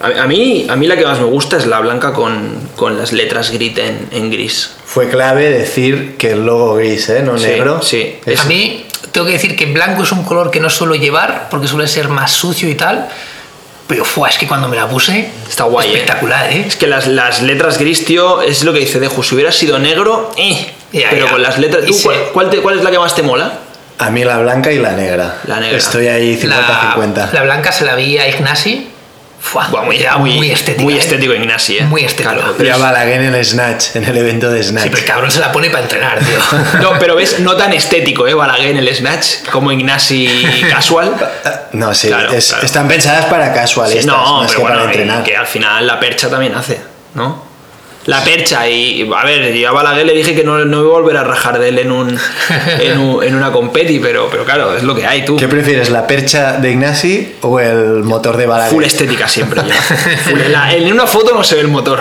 A, a mí, a mí la que más me gusta es la blanca con, con las letras grit en, en gris. Fue clave decir que el logo gris, ¿eh? No Sí, negro. sí. Es- A mí tengo que decir que blanco es un color que no suelo llevar porque suele ser más sucio y tal. Pero fue, es que cuando me la puse, Está guay, ¿eh? espectacular, ¿eh? Es que las, las letras gris, tío, es lo que dice Deju. Si hubiera sido negro, eh. Ya, pero ya. con las letras. Y ¿Tú sí. cuál, cuál te- cuál es la que más te mola? A mí la blanca y la negra. La negra. Estoy ahí 50-50. La, la blanca se la vi a Ignasi. Fua, Buah, muy, era muy, muy estética. Muy ¿eh? estético, Ignasi, eh. Muy estética. Claro, Y pero a es- Balaguer en el Snatch, en el evento de Snatch. Sí, pero el cabrón se la pone para entrenar, tío. No, pero ves, no tan estético, ¿eh? Balaguer en el Snatch, como Ignasi casual. Ah, No, sí, Claro, es- claro. están pensadas para casual Sí, estas, no, más pero que bueno, eh, para y entrenar. que al final la percha también hace, ¿no? La percha y, a ver, yo a Balaguer le dije que no, no iba a volver a rajar de él en, un, en, un- en una competi, pero, pero claro, es lo que hay, tú. ¿Qué prefieres, la percha de Ignasi o el motor de Balaguer? Full estética siempre. yo. Full- en, la- en una foto no se ve el motor.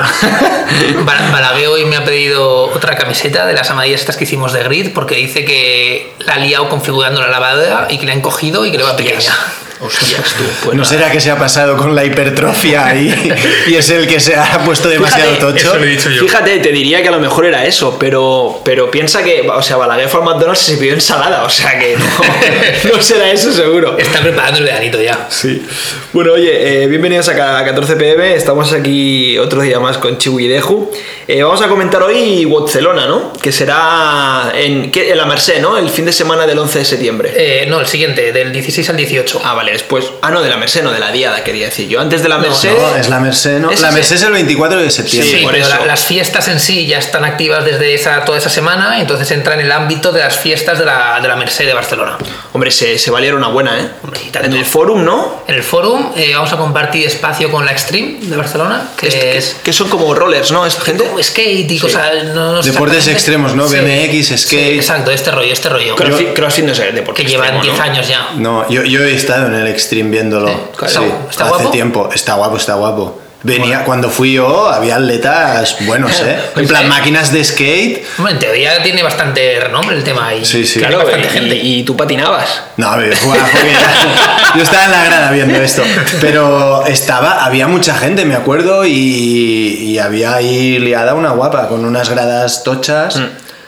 Ba- Balaguer hoy me ha pedido otra camiseta de las amarillas estas que hicimos de grid porque dice que la ha liado configurando la lavadora y que la han cogido y que le va pequeña. Hostias, tú. Pues ¿No nada. será que se ha pasado con la hipertrofia ahí y es el que se ha puesto demasiado Fíjate, tocho? Eso lo he dicho yo. Fíjate, te diría que a lo mejor era eso, pero, pero piensa que, o sea, Balaguer fue al McDonald's y se pidió ensalada, o sea que no, no será eso seguro. Está preparando el veranito ya. Sí. Bueno, oye, eh, bienvenidos a ca- 14 pm. Estamos aquí otro día más con Chiwi y Deju. Eh, vamos a comentar hoy Barcelona, ¿no? Que será en, ¿qué? en la Merced, ¿no? El fin de semana del 11 de septiembre. Eh, no, el siguiente, del 16 al 18. Ah, vale, después. Ah, no, de la Merced, no, de la Diada, quería decir yo. Antes de la Merced. No, es la Merced, ¿no? Ese La es Merced es el 24 de septiembre. Sí, Sí, por pero eso. la- las fiestas en sí ya están activas desde esa, toda esa semana, entonces entra en el ámbito de las fiestas de la, de la Merced de Barcelona. Hombre, se, se valieron una buena, ¿eh? Hombre, y tanto. En el forum, ¿no? En el forum eh, vamos a compartir espacio con la Extreme de Barcelona, que Es- es, que son como rollers, ¿no? Esta gente. como skate y cosas. no- no sé Deportes exactamente. extremos, ¿no? Sí. BMX, Sí, skate. exacto, este rollo, este rollo. Creo- Crossfit, crossfit no sé, deporte. que llevan extremo, 10 ¿no? años ya. No, yo, yo he estado en el Extreme viéndolo. Sí, claro. ¿Está- está hace guapo? tiempo. Está guapo, está guapo. Venía, cuando fui yo, había atletas buenos, ¿eh? En plan, Pues Sí. máquinas de skate. Hombre, en teoría tiene bastante renombre el tema ahí. Sí, sí. Claro, Claro, bastante y- gente. y tú patinabas. No, a ver, jugaba porque yo estaba en la grada viendo esto, pero estaba, había mucha gente, me acuerdo, y, y había ahí liada una guapa con unas gradas tochas. Mm.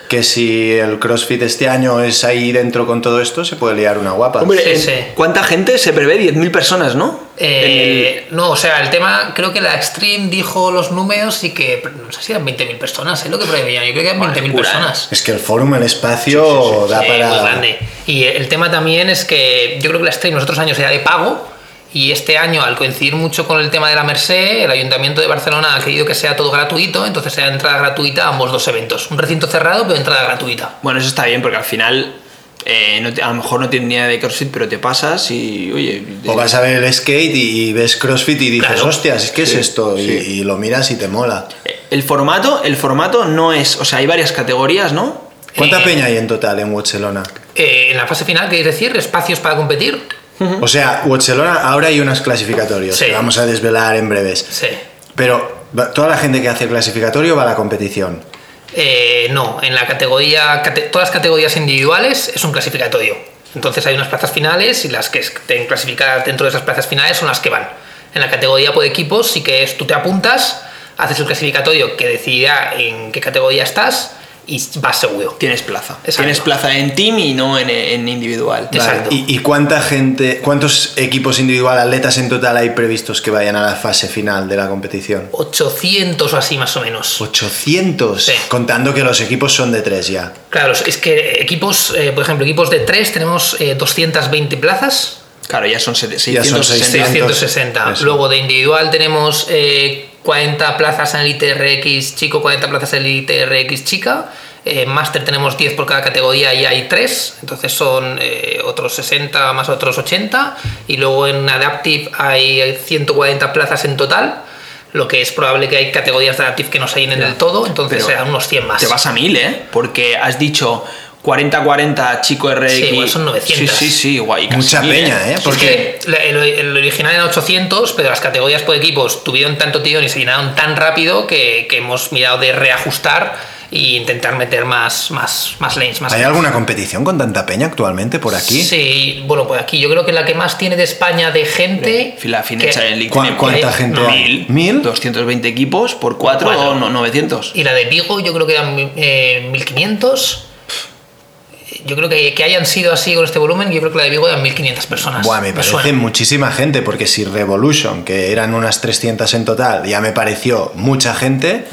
Que si el CrossFit este año es ahí dentro con todo esto, se puede liar una guapa. Hombre, Sí, en- sí. ¿cuánta gente se prevé? 10.000 personas, ¿no? En el- Eh, No, o sea, el tema, creo que la Extreme dijo los números y que, no sé si eran 20.000 personas, es lo que preveían, yo creo que eran 20.000 locura, personas. Es que el forum, el espacio, da Eh, para. muy grande. Y el tema también es que yo creo que la Extreme los otros años era de pago y este año, al coincidir mucho con el tema de la Merced, el Ayuntamiento de Barcelona ha querido que sea todo gratuito, entonces sea entrada gratuita a ambos dos eventos. Un recinto cerrado, pero entrada gratuita. Bueno, eso está bien porque al final eh, no te- a lo mejor no tienes ni idea de CrossFit, pero te pasas y oye... O vas a ver el skate y, y ves CrossFit y dices, Claro. hostias, ¿qué Sí, es esto? Y- sí. y lo miras y te mola. eh, El formato, el formato no es... O sea, hay varias categorías, ¿no? ¿Cuánta Eh, peña hay en total en Barcelona? Eh, en la fase final, queréis decir, espacios para competir. O sea, Barcelona ahora hay unas clasificatorias Sí. que vamos a desvelar en breves. Sí. Pero va- toda la gente que hace el clasificatorio va a la competición. Eh, no, en la categoría, cate- todas las categorías individuales es un clasificatorio. Entonces hay unas plazas finales y las que estén clasificadas dentro de esas plazas finales son las que van. En la categoría por equipos sí que es tú te apuntas, haces el clasificatorio que decidirá en qué categoría estás y vas seguro. Tienes plaza. Exacto. Tienes plaza en team y no en, en individual. Vale. Exacto. ¿Y, y cuánta gente, cuántos equipos individual atletas en total hay previstos que vayan a la fase final de la competición? 800 o así más o menos. Pues- 800, Sí. contando que los equipos son de tres ya. Claro, es que equipos, eh, por ejemplo, equipos de 3 tenemos eh, 220 plazas. Claro, ya son sete- Ya son 660. 660. Eso. Luego de individual tenemos eh, 40 plazas en el ITRX chico, 40 plazas en el ITRX chica. Eh, En máster tenemos 10 por cada categoría y hay 3, entonces son eh, otros 60 más otros 80. Y luego en Adaptive hay 140 plazas en total, lo que es probable que hay categorías de Adaptive que no se llenen del todo, entonces Pero serán unos 100 más. Te vas a mil, ¿eh? Porque has dicho 40-40 chico RX. Sí, igual son 900. Sí, sí, sí, guay. casi Mucha mil, peña, ¿eh? Porque Porque el, el original eran 800, pero las categorías por equipos tuvieron tanto tirón y se llenaron tan rápido que, que hemos mirado de reajustar e intentar meter más, más, más lanes. Más ¿Hay lanes. alguna competición con tanta peña actualmente por aquí? Sí, bueno, pues aquí yo creo que la que más tiene de España de gente. La que- Fine Challenge League ¿Cuá- tiene cuánta mil, gente hay? ¿Mil? ¿eh? Mil, 220 equipos por 4 Cuatro. o no- 900. Y la de Vigo, yo creo que eran eh, 1500. Yo creo que, que hayan sido así con este volumen, yo creo que la de Vigo eran 1500 personas. Buah, me parece suena. muchísima gente, porque si Revolution, que eran unas 300 en total, ya me pareció mucha gente,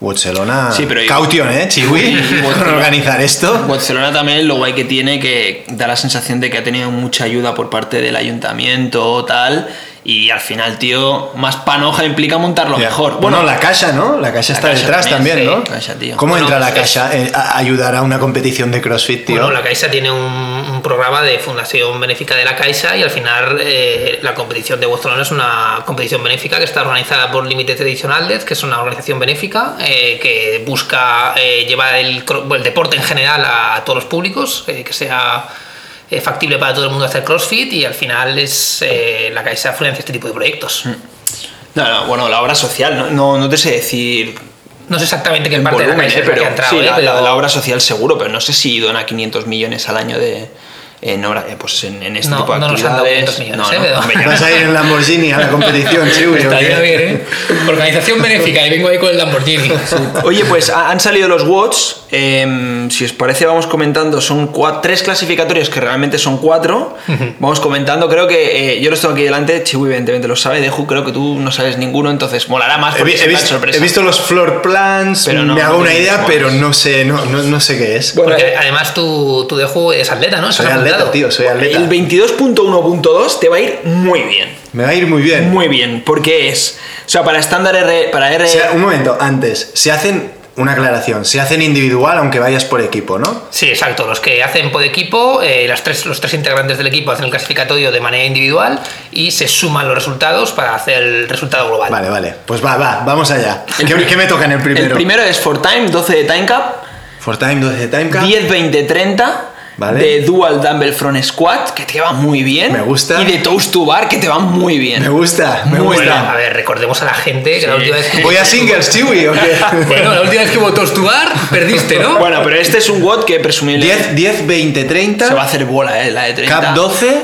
Barcelona... Sí, pero yo- Caution, ¿eh, Chiwi? Y- y Con Barcelona- organizar esto. Barcelona también lo guay que tiene que da la sensación de que ha tenido mucha ayuda por parte del ayuntamiento tal y al final tío más panoja implica montarlo Ya. mejor Bueno, la casa, ¿no? La casa La está Caixa detrás también, también, sí. ¿no? Caixa, tío. ¿Cómo Bueno, entra la pues es- casa eh, a ayudar a una competición de CrossFit, tío? Bueno, la Caixa tiene un, un programa de fundación benéfica de la Caixa y al final eh, la competición de Barcelona es una competición benéfica que está organizada por Limited Tradicionales, que es una organización benéfica eh, que busca eh, llevar el, cro- el deporte en general a, a todos los públicos, eh, que sea eh, factible para todo el mundo hacer CrossFit y al final es eh, la Caixa financia este tipo de proyectos. Mm. no, no, bueno la obra social no, no, no te sé decir No sé exactamente qué en parte de la volumen, Caixa eh, es la pero que ha entrado, sí, eh, la, pero- la- la obra social seguro pero no sé si dona 500 millones al año de en obra eh, pues en, en este No, tipo de no nos han dado actividades 500 millones, eh, pero- hombre, yo no Vas a ir en Lamborghini a la competición, Chiwi. ¿o Estaría qué? bien, ¿eh? Organización benéfica y vengo ahí con el Lamborghini. Oye, pues ha- han salido los WOTS. em, si os parece, vamos comentando. Son cua- tres clasificatorios que realmente son cuatro. Vamos comentando. Creo que eh, yo los tengo aquí delante. Chiwi, evidentemente, lo sabe. Deju, creo que tú no sabes ninguno. Entonces, molará más He, vi- porque he es visto, sorpresa. he visto los floor plans, Pero no- me hago no una tiene idea, más. pero no sé, no, no, no sé qué es. Bueno, Porque eh, además tú, tú de juego eres atleta, ¿no? soy atleta, tío, soy atleta. el 22.1.2 te va a ir muy bien. Me va a ir muy bien. Muy bien. Porque es. O sea, para estándar R. Para R. O sea, un momento, antes, se hacen, una aclaración, se hacen individual aunque vayas por equipo, ¿no? Sí, exacto. Los que hacen por equipo, eh, las tres, los tres integrantes del equipo hacen el clasificatorio de manera individual y se suman los resultados para hacer el resultado global. Vale, vale, pues va, va, vamos allá. ¿Qué, qué me toca en el primero? el primero es for time, 12 de time cap. For time, 12 de time cap. 10, 20, 30. Vale. De Dual Dumbbell Front Squat, que te va muy bien. Me gusta. Y de Toast to Bar, que te va muy bien. Me gusta, me Muy Bueno, gusta. a ver, recordemos a la gente que la última vez que... Voy a singles, Chiwi, ¿o qué? Bueno, la última vez que votó Stuart, perdiste, ¿no? Bueno, pero este es un WOD que presumiblemente 10, 10, 20, 30. se va a hacer bola, ¿eh? La de 30. Cap 12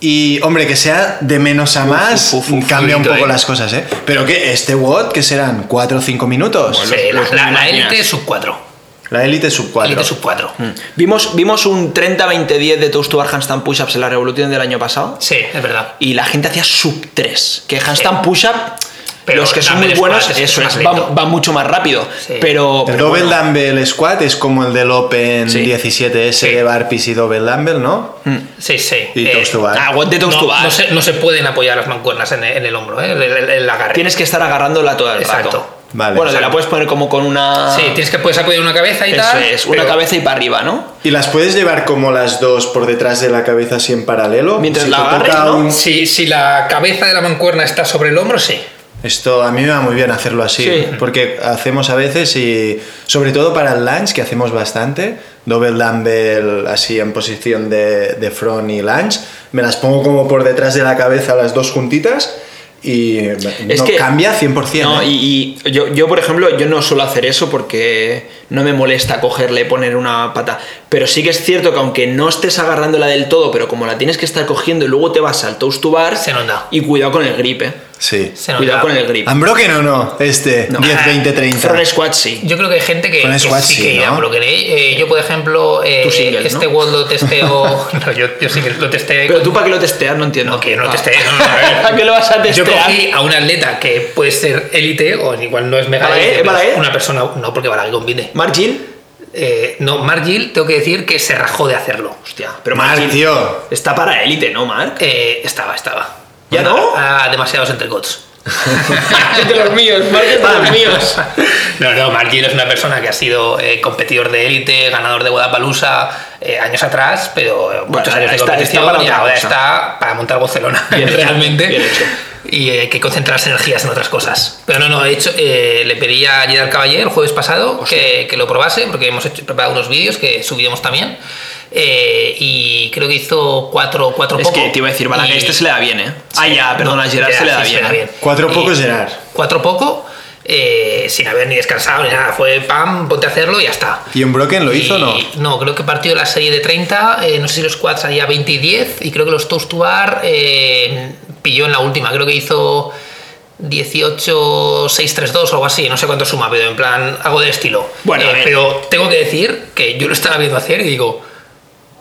y, hombre, que sea de menos a más, uf, uf, cambia un fluido, poco eh. las cosas, ¿eh? Pero que este WOT, que serán 4 o 5 minutos. Sí, la- los la- la máquinas. Mm. élite sub 4. La élite sub 4. Élite sub 4. Vimos, vimos un 30-20-10 de Toast to Bar Handstand Push-Ups en la revolución del año pasado. Sí, es verdad. Y la gente hacía sub 3. Que Handstand Push-Up, Pero los que son dumbbell muy buenos, squat es eso más es, va, lento. va mucho más rápido. Sí. Pero. El pero Double bueno. Dumbbell Squat es como el del Open Oh, Sí. Mm. 17S Sí. de Barpis y Double Dumbbell, ¿no? Sí, sí. Y Eh, toast to bar. Ah, WOD de Toast no, to Bar. no se, no se pueden apoyar las mancuernas en el, en el hombro, ¿eh? el, el- el agarre. Tienes que estar agarrándola todo el Exacto. rato. Vale. bueno, te la Exacto. puedes poner como con una. Sí, tienes que puedes apoyar una cabeza y Ah. Eso tal. es, una pero- cabeza y para arriba, ¿no? ¿Y las puedes llevar como las dos por detrás de la cabeza así en paralelo? Mientras Si la te agarres, toca ¿no? un- Si, si la cabeza de la mancuerna está sobre el hombro, sí. Esto a mí me va muy bien hacerlo así, Sí. porque hacemos a veces y sobre todo para el lunge, que hacemos bastante, double dumbbell así en posición de, de front y lunge, me las pongo como por detrás de la cabeza las dos juntitas y Es no que- cambia 100%. No, ¿eh? y, y yo, yo, por ejemplo, yo no suelo hacer eso porque no me molesta cogerle y poner una pata. Pero sí que es cierto que aunque no estés agarrándola del todo, pero como la tienes que estar cogiendo y luego te vas al toast to bar, Se nota. y cuidado con el grip, eh. Sí. Se nota. cuidado con el grip. ¿Ambroken o no? Este, No. Ah, 10, 20, 30. Front squat sí. Yo creo que hay gente que, Con el que squat sí sí, que ¿no? irá por lo que leí. Eh, yo, por ejemplo, eh, Tú sigues, este ¿no? WOD lo testeo. no, yo, yo sí que lo testeé. Pero con- tú para qué lo testeas, no entiendo. No, que no lo Ah. testeé. no, no, a ver. ¿A qué lo vas a Yo testear? cogí a un atleta que puede ser élite o igual no es mega ¿Balaguer? élite, ¿Es pero es Balaguer? una persona no porque Balaguer conviene Margin. Eh, no Margil tengo que decir que se rajó de hacerlo Hostia, pero Mark, Margin. tío. Está para élite, ¿no, Mark? Eh, estaba estaba ¿Ya no? Ah, demasiados entrecots Es de los míos, Mark es de los míos. No, no, Mark Gill es una persona que ha sido eh, competidor de élite, ganador de Guadalajara años atrás, pero eh, muchos Bueno, años de está- competición está para y otra ahora cosa. está para montar Barcelona, Bien hecho, realmente. bien hecho. Y eh, hay que concentrar las energías en otras cosas. Pero no, no, de hecho, eh, le pedí a Gerard Caballé el jueves pasado que, que lo probase, porque hemos hecho, preparado unos vídeos que subimos también. eh, y creo que hizo cuatro, cuatro Es poco. que te iba a decir, Balaguer, Y- este se le da bien, ¿eh. ah, ya, perdona, no, Gerard se le da sí, bien. ¿eh? Cuatro poco es Gerard. Cuatro poco. eh, sin haber ni descansado ni nada. Fue pam, ponte a hacerlo y ya está. ¿Y en Broken lo Y- hizo o no? Eh, No, creo que partió la serie de 30, eh, no sé si los quads salía 20 y 10, y creo que los Toast to Bar eh, pilló en la última, creo que hizo 18, 6, 3, 2 o algo así, no sé cuánto suma, pero en plan algo del estilo. Bueno, Eh, a ver. pero tengo que decir que yo lo estaba viendo hacer y digo,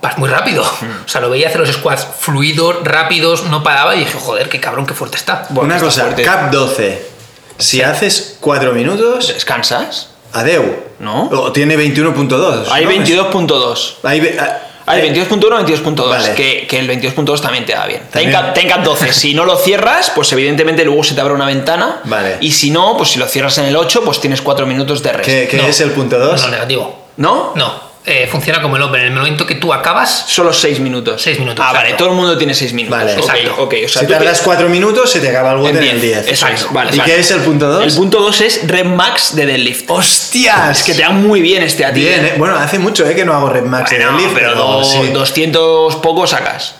vas muy rápido. Hmm. O sea, lo veía hacer los squats fluidos, rápidos, no paraba y dije, joder, qué cabrón, qué fuerte está. Una está cosa, fuerte. Cap 12. Si haces 4 minutos, ¿Descansas? adeu. ¿No? O tiene 21.2. Hay ¿no? 22.2. Hay ve- ah, Hay 22.1 22.2, Vale. que, que el 22.2 también te da bien. También. Tenga, tenga 12. Si no lo cierras, pues evidentemente luego se te abre una ventana. Vale. Y si no, pues si lo cierras en el 8, pues tienes 4 minutos de rest. ¿Qué, qué No. es el punto 2? No, negativo. ¿No? No, eh, funciona como el open, en el momento que tú acabas, Solo 6 minutos. Seis minutos, Ah, exacto. vale, todo el mundo tiene 6 minutos. Vale. Ok, Exacto. ok, Eh, o sea, si tú tardas tienes- 4 minutos, se te acaba el bot en, el 10. Eso es, Exacto. vale. ¿Y vale. qué es el punto 2? El punto 2 es Red Max de deadlift. ¡Hostias! Que te dan muy bien este a ti. Bien, ¿eh? eh. bueno, hace mucho eh, que no hago Red Max Bueno, en el lift, Pues pero do- sí. 200 poco sacas.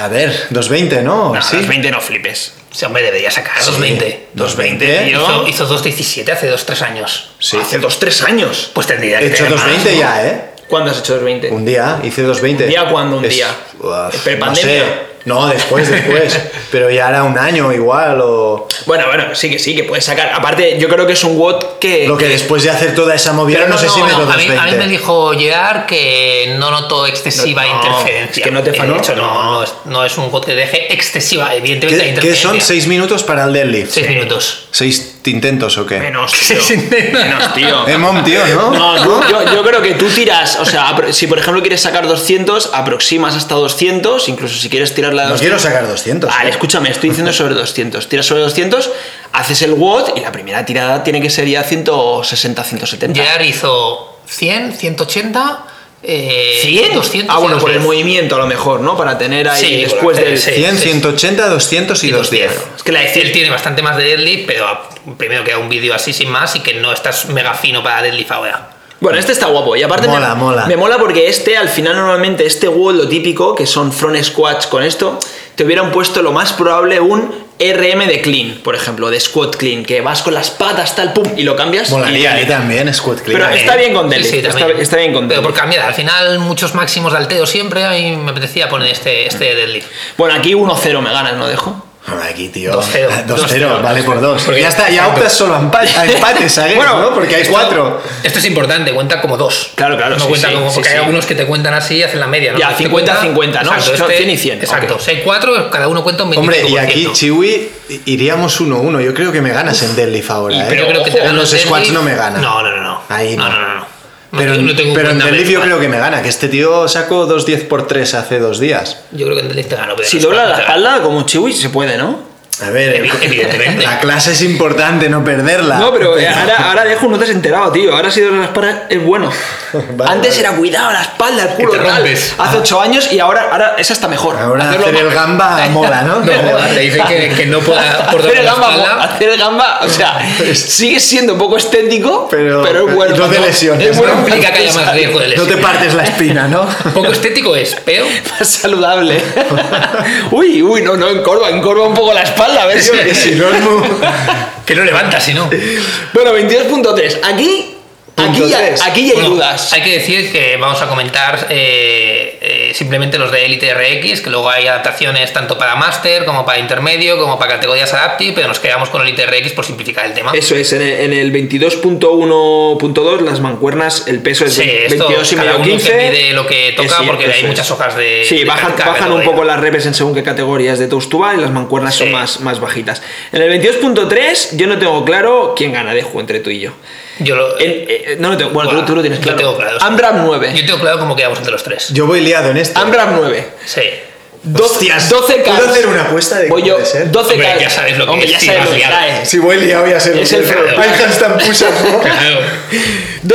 A ver, 220, ¿no? No, sí. 220 no flipes. se hombre, debería sacar Sí. 220. 220, tío. Hizo, hizo 2.17 hace 2-3 años. Sí. Hace 2-3 años. Pues tendría He que hecho tener 220 más, ¿no? ya, ¿eh? ¿Cuándo has hecho 220? Un día, hice 220. ¿Un día cuándo? ¿Un Es- día? Uf, ¿Prepandemia? No, sé. No, después, después. Pero ya era un año igual o... Bueno, bueno, sí que sí, que puedes sacar. Aparte, yo creo que es un WOT que. Lo que después de hacer toda esa movida, Eh, Pero no, no, sé si no, me no, lo a, mí, 220. a mí me dijo llegar que no noto excesiva No, no, interferencia. es que no te Eh, faló. De hecho, no, no es, no es un bot que deje excesiva, evidentemente, la ¿Qué, qué interferencia. son? ¿6 minutos para el deadlift? Seis minutos. ¿Seis intentos o qué? Menos, tío. Menos, tío. Eh, mom, tío, ¿no? Eh, No, tú- yo, yo creo que tú tiras, o sea, apro- si por ejemplo quieres sacar 200, aproximas hasta 200, incluso si quieres tirar la de No 200. quiero sacar 200. Vale, eh. escúchame, estoy diciendo sobre 200. Tiras sobre 200, haces el WOD y la primera tirada tiene que ser ya 160, 170. Gerard hizo 100, 180, eh, 100. 200. ah, bueno, por el 210. movimiento a lo mejor, ¿no? Para tener ahí Sí, después por- del. sí. 100, 180, 200 y 210. Es que la de 100 tiene bastante más de deadlift, pero ah, primero queda un vídeo así sin más y que no estás mega fino para deadlift ahora. Bueno, este está guapo y aparte Mola, me, mola. me mola porque este al final normalmente este wall lo típico que son front squats con esto te hubieran puesto lo más probable un RM de clean, por ejemplo, de squat clean, que vas con las patas tal pum y lo cambias. y- Molaría, eh, también, squat clean. Pero eh. está bien con Sí, deadlift, sí, está, también. está bien con Pero por deadlift. cambiar, al final muchos máximos de alteo siempre, a mí me apetecía poner este, este deadlift. Bueno, aquí 1-0 me ganas, no dejo. Aquí, tío. 2-0, 2-0, vale por 2. Porque- ya está, ya optas solo a empate, a empate, ¿sabes? Bueno, ¿no? Porque hay Esto- 4. Esto es importante, cuenta como dos. Claro, claro, No sí, cuenta sí, como, sí, porque hay sí. algunos que te cuentan así y hacen la media, ¿no? Ya, Este 50-50, ¿no? Exacto, Son este- 100 y 100, Exacto, ok. si hay cuatro, cada uno cuenta un 25%. Hombre, y aquí, Chiwi, iríamos 1-1. Yo creo que me ganas en deadlift ahora, Y- ¿eh? pero yo creo que Ojo, te ganan los deadlift. squats no me ganan. No, no, no. no. Ahí no. No, no, no. no. Pero, No tengo- no tengo pero en cuenta deadlift yo mensual. creo que me gana, que este tío sacó 2-10 por 3 hace dos días. Yo creo que en deadlift te gano. pero Si en doblas la squat te gano. espalda como Chiwi se puede, ¿no? A ver, Evi- evidentemente. la clase es importante, no perderla. No, pero eh, ahora, ahora dejo, no te has enterado, tío. Ahora si doblas la espalda es bueno. Vale, Antes vale. era cuidado la espalda, el culo, te tal. rompes. Hace 8 años y ahora, ahora es hasta mejor. Ahora Hacerlo hacer el más- gamba mola, ¿no? Vale, No, te vale. dicen que, que no pueda por hacer doblar el la gamba, espalda. hacer el gamba, o sea, sigue siendo poco estético, Pero- pero, es bueno. no te ¿no? lesiones, Es bueno, ¿no? implica Implica que haya más riesgo de No lesión. te partes la espina, ¿no? Poco estético es, pero más saludable. uy, uy, no, no, encorva, encorva un poco la espalda, a ver si. Que si no es muy- que no levanta, si no. Bueno, 22.3. Aquí, aquí ya, Punto aquí ya hay Bueno, dudas. Hay que decir que vamos a comentar eh, eh, simplemente los de Elite RX, que luego hay adaptaciones tanto para Master como para Intermedio, como para categorías Adaptive, pero nos quedamos con Elite RX por simplificar el tema. Eso es, en el, en el 22.1.2 las mancuernas, el peso es Sí, esto 22 y cada medio uno 15. que mide lo que toca, Eso es, porque hay eso es. muchas hojas de- Sí, de bajan, cada bajan un categoría. poco las repes en según qué categorías de toast to bar y las mancuernas son Sí. más, más bajitas. En el 22.3 yo no tengo claro quién gana de juego entre tú y yo. Yo lo, En- eh, eh, no lo tengo, bueno, Buah, tú, tú lo tienes yo claro. tengo claro, sí. Amram 9. yo tengo claro cómo quedamos entre los tres. Yo voy liado en este. Amram 9. Sí. 12, Hostias, 12 ¿puedo cars. hacer una apuesta de Voy cómo yo, puede ser? 12 Hombre, cars. ya sabes lo que Hombre, es, ya sí, sabes vas lo que liado. hará, eh. Si voy liado voy a ser Es el fraude. handstand push-up. ¿no? Doce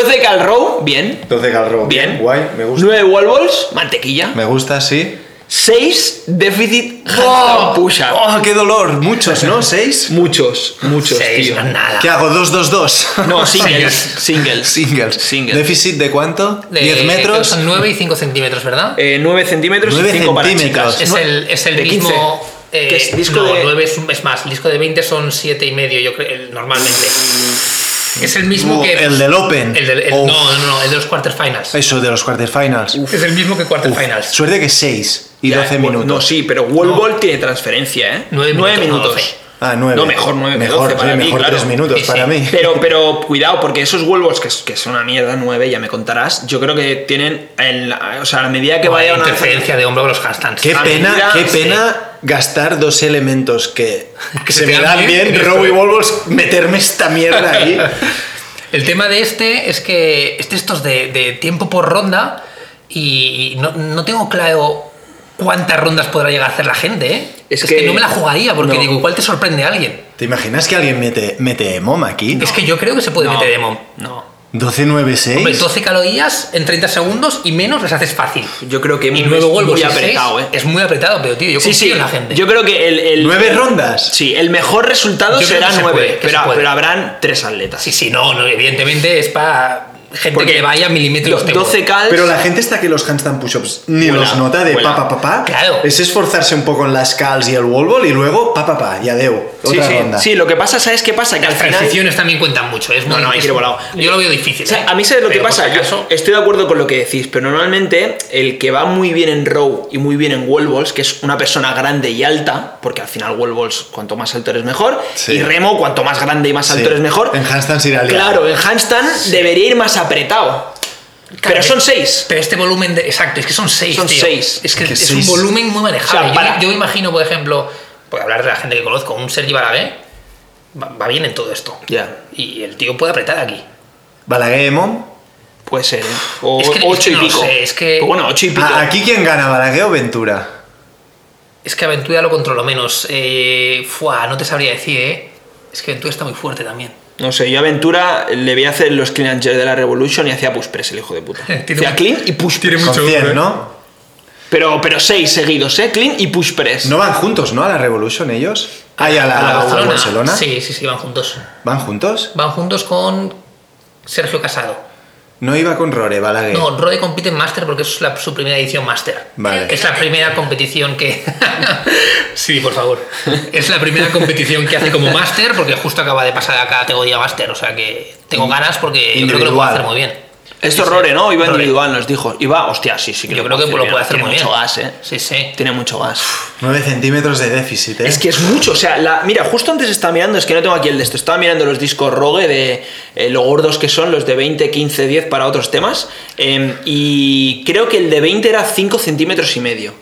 12 cal row, bien. 12 Galro. Bien. Guay, me gusta. 9 wall balls, mantequilla. Me gusta, sí. 6 déficit ¡Oh! handstand push-up. ¡Oh, qué dolor! Muchos, ¿no? ¿Seis? Muchos, muchos, Seis, tío. no es nada. ¿Qué hago? ¿Dos, dos, dos? No, singles, singles. Singles. Singles. ¿Déficit de cuánto? De- ¿10 creo que metros? Son 9 y 5 centímetros, ¿verdad? Eh, 9 centímetros Nueve y 5 para centímetros. chicas. es Nue- el, es el de mismo. Eh, ¿Qué es disco no, de- 9 es, un- es más, el disco de 20 son 7 y medio, yo creo, el- normalmente. Mm. Es el mismo Uh, que. el del Open. el del- el- Uf. no, no, no, el de los quarterfinals. Eso de los quarterfinals. Es el mismo que quarterfinals. pues, Suerte que 6 y Ya, 12 bueno, minutos. No, sí, pero Wall Ball tiene transferencia, ¿eh? Nueve Nueve minutos, no minutos. Ah, 9. No, mejor nueve que Mejor, 12 para sí, mí, mejor claro. 3 minutos Sí, para sí. mí. Pero, pero cuidado, porque esos huevos que, es- que son una mierda, nueve, ya me contarás, yo creo que tienen, en la- o sea, a la medida que vaya Vaya una interferencia de hombro con los handstands. Qué A pena, medida, qué sí. pena gastar dos elementos que, que Que se te me dan dan bien, bien, que Row y esto- Volvos, meterme esta mierda ahí. El tema de este es que este estos de, de tiempo por ronda y, y no, no tengo claro cuántas rondas podrá llegar a hacer la gente, ¿eh? Es Es, que, que- no me la jugaría porque no. digo, igual te sorprende a alguien. ¿Te imaginas que alguien mete, mete mom aquí? Es que yo creo que se puede No. meter Demon. No. 12, 9, 6. Hombre, 12 calorías en 30 segundos y menos las haces fácil. Yo creo que Y es nueve golpes muy y seis, apretado, ¿eh? Es muy apretado, pero tío, yo Sí, confío sí, en la gente. yo creo que el... el- ¿Nueve rondas? Sí, el mejor resultado Yo creo será que se nueve, puede, que se pero, puede. pero habrán tres atletas. Sí, sí, no, no, evidentemente es para gente Porque que vaya milímetros de 12 calls... Pero la gente está que los handstand push-ups ni Vuela, los nota de vuela. pa, pa, pa, pa. Claro. Es esforzarse un poco en las calls y el wall ball y luego pa, pa, pa, y adeu. Sí, Otra sí, ronda. sí, lo que pasa, ¿sabes qué pasa? Que al Las final... transiciones también cuentan mucho. Es No, muy- no, hay es- que ir volado. Yo lo veo difícil. O sea, ¿eh? a mí sabes lo que Pero por pasa, Yo si acaso- estoy de acuerdo con lo que decís, pero normalmente el que va muy bien en row y muy bien en wall balls, que es una persona grande y alta, porque al final wall balls cuanto más alto eres mejor, Sí. y remo cuanto más grande y más Sí. alto eres mejor, En handstand irá claro, en handstand debería ir más apretado. pero son seis. Pero este volumen de. Exacto, es que son seis. Son tío. seis. Es que, Que es seis. un volumen muy manejable. O sea, Yo- para- yo, me imagino, por ejemplo, por hablar de la gente que conozco, un Sergi Balaguer va, va bien en todo esto. Ya. Y el tío puede apretar aquí. Balaguer Mom. Puede ser, ¿eh? O Es que- es ocho que y no lo pico. sé, es que- Pero Bueno, ocho y pico. Ah, ¿Aquí quién gana, Balaguer o Ventura? Es que Aventura lo controlo menos. Eh, fuá, no te sabría decir, ¿eh? Es que Aventura está muy fuerte también. No sé, yo a Ventura le voy a hacer los clean and jerk de la Revolution y hacía push press el hijo de puta. Tiene Hacía un- clean y push press. Con 100, ¿no? Pero, pero seis seguidos, ¿eh? Clean y push press. No van juntos, ¿no? A la Revolution ellos. Ah, y a la, a la Barcelona. Sí, sí, sí, van juntos. ¿Van juntos? Van juntos con Sergio Casado. No iba con Rore, Balaguer. No, Rode compite en Master porque es la- su primera edición Master. Vale. Es la primera competición que. sí, por favor. Es la primera competición que hace como Master porque justo acaba de pasar a categoría Master. O sea que tengo ganas porque yo creo que lo Individual. puede hacer muy bien. Esto Sí, sí. Rore, ¿no? Iba Rore. individual, nos dijo. Iba, hostia, sí, sí. Que Yo creo que lo puede hacer muy bien. Tiene mucho gas, ¿eh? Sí, sí. Tiene mucho gas. 9 centímetros de déficit, ¿eh? Es que es mucho, o sea, la- mira, justo antes estaba mirando, es que no tengo aquí el de esto, estaba mirando los discos Rogue de eh, lo gordos que son, los de 20, 15, 10 para otros temas, em, y creo que el de 20 era 5 centímetros y medio.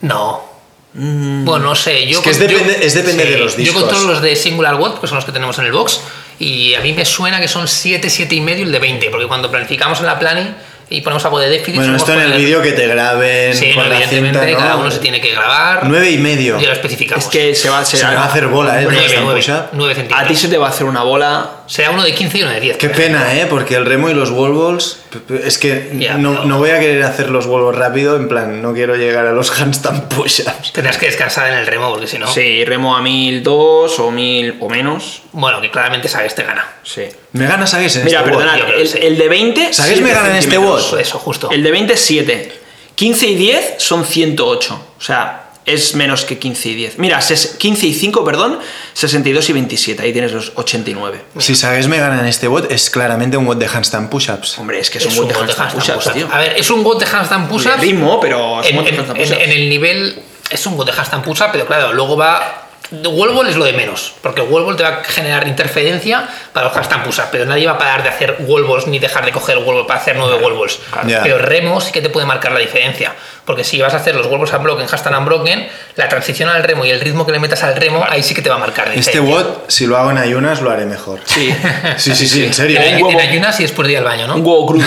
No. Bueno, no sé. Yo Mm. Es que es con- yo- depende- es depende de los discos. Yo controlo los de Singular Watt, que son los que tenemos en el box, y a mí me suena que son 7, 7 y medio el de 20, porque cuando planificamos en la planning y ponemos algo de déficit... Bueno, somos esto en el poner- vídeo que te graben Sí, no, con la evidentemente cinta, ¿no? cada uno se tiene que grabar. 9 y medio. Ya lo especificamos. Es que se va, Se me va a hacer bola, ¿eh? Nueve, Esta nueve, empuja. nueve A ti centímetros. se te va a hacer una bola. Será uno de 15 y uno de 10. Qué pena, ¿eh? Porque el remo y los wall balls... p- p- Es que Ya, no, pero- no voy a querer hacer los wall balls rápido, en plan, no quiero llegar a los handstand push-ups. Tendrás que descansar en el remo porque si no. Sí, remo a 1002 o 1000 o menos. Bueno, que claramente sabes, te gana. Sí. Me gana Sagues en Mira, este perdonad, Este yo creo que el, sí. el de 20. ¿Sabéis siete me ganan este centímetros. bot? Eso, eso, justo. El de 20 es 7. 15 y 10 son 108. O sea, es menos que 15 y 10. Mira, ses- 15 y 5, perdón, 62 y 27. Ahí tienes los 89. bot. Si Sagues me gana en este bot, es claramente un bot de handstand push-ups. Hombre, es que Es son un de bot de handstand handstand push-ups, push-up. tío. A ver, es un bot de handstand De push-ups. ritmo, pero son En, bot de en- handstand en- push-ups. en el nivel. Es un bot de handstand push-up, pero claro, luego va. Wall ball es lo de menos, porque wall ball te va a generar interferencia para los handstand push-ups, pero nadie va a parar de hacer wall balls ni dejar de coger wall ball para hacer nueve wall balls. claro. Ya. Pero remo sí que te puede marcar la diferencia. Porque si vas a hacer los huevos unbroken, hashtag unbroken, la transición al remo y el ritmo que le metas al remo, ahí sí que te va a marcar la eh, Este diferencia. bot, si lo hago en ayunas, lo haré mejor. Sí. Sí, sí, sí, en En, serio. Era ¿eh? un ayu- en huevo. ayunas y después de ir al baño, Un ¿no? huevo crudo.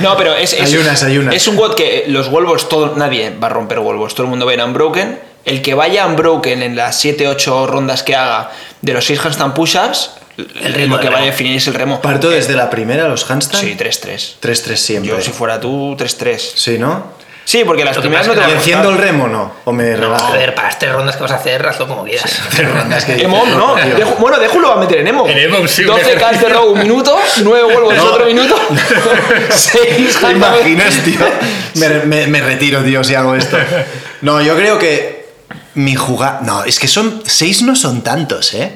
No, pero es, es, Ayunas, ayunas. es un WOD que los Wolves, todo, nadie va a romper Wolves, todo el mundo va a ir a Unbroken. El que vaya a Unbroken en las 7-8 rondas que haga de los 6 handstand push-ups, el remo, ritmo que el va a remo. definir es el remo. Parto desde la primera, los handstand. Sí, 3-3. 3-3 Yo, siempre. si fuera tú, 3-3. Sí, ¿no? Sí, porque las Lo que primeras no pasa te van ¿Y es a que enciendo el costar. remo no? ¿O me No, relajo? joder, para las tres rondas que vas a hacer, hazlo como quieras. Es que- Emom, ¿no? Deju- bueno, Deju lo va a meter en Emom. En Emom, sí, 12 mejor. cast de row un minuto, 9 Wolves No. otro minuto, 6 ¿Te imaginas, tío? Me, me- me retiro, tío, si hago esto. No, yo creo que Mi jugada. No, es que son. Seis no son tantos, ¿eh?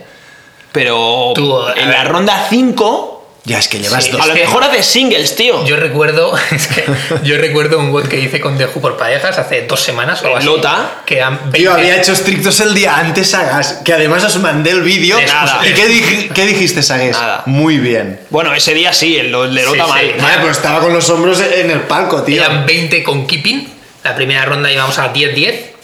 Pero Tú, a en la ver. ronda 5, Ya es que llevas Sí, dos. a lo que- mejor haces singles, tío. Yo recuerdo, es que yo recuerdo un WOT que hice con The Who por parejas hace dos semanas o algo así. Lota. Que han- Yo había hecho estrictos el día antes, Sagas. Que además os mandé el vídeo. De nada. ¿Y qué, dij- qué dijiste, Sagas? Nada. Muy bien. Bueno, ese día sí, el, el de Sí, Lota sí. mal. Vale, pues estaba con los hombros en el palco, tío. Eran 20 con Keeping. La primera ronda íbamos a 10-10.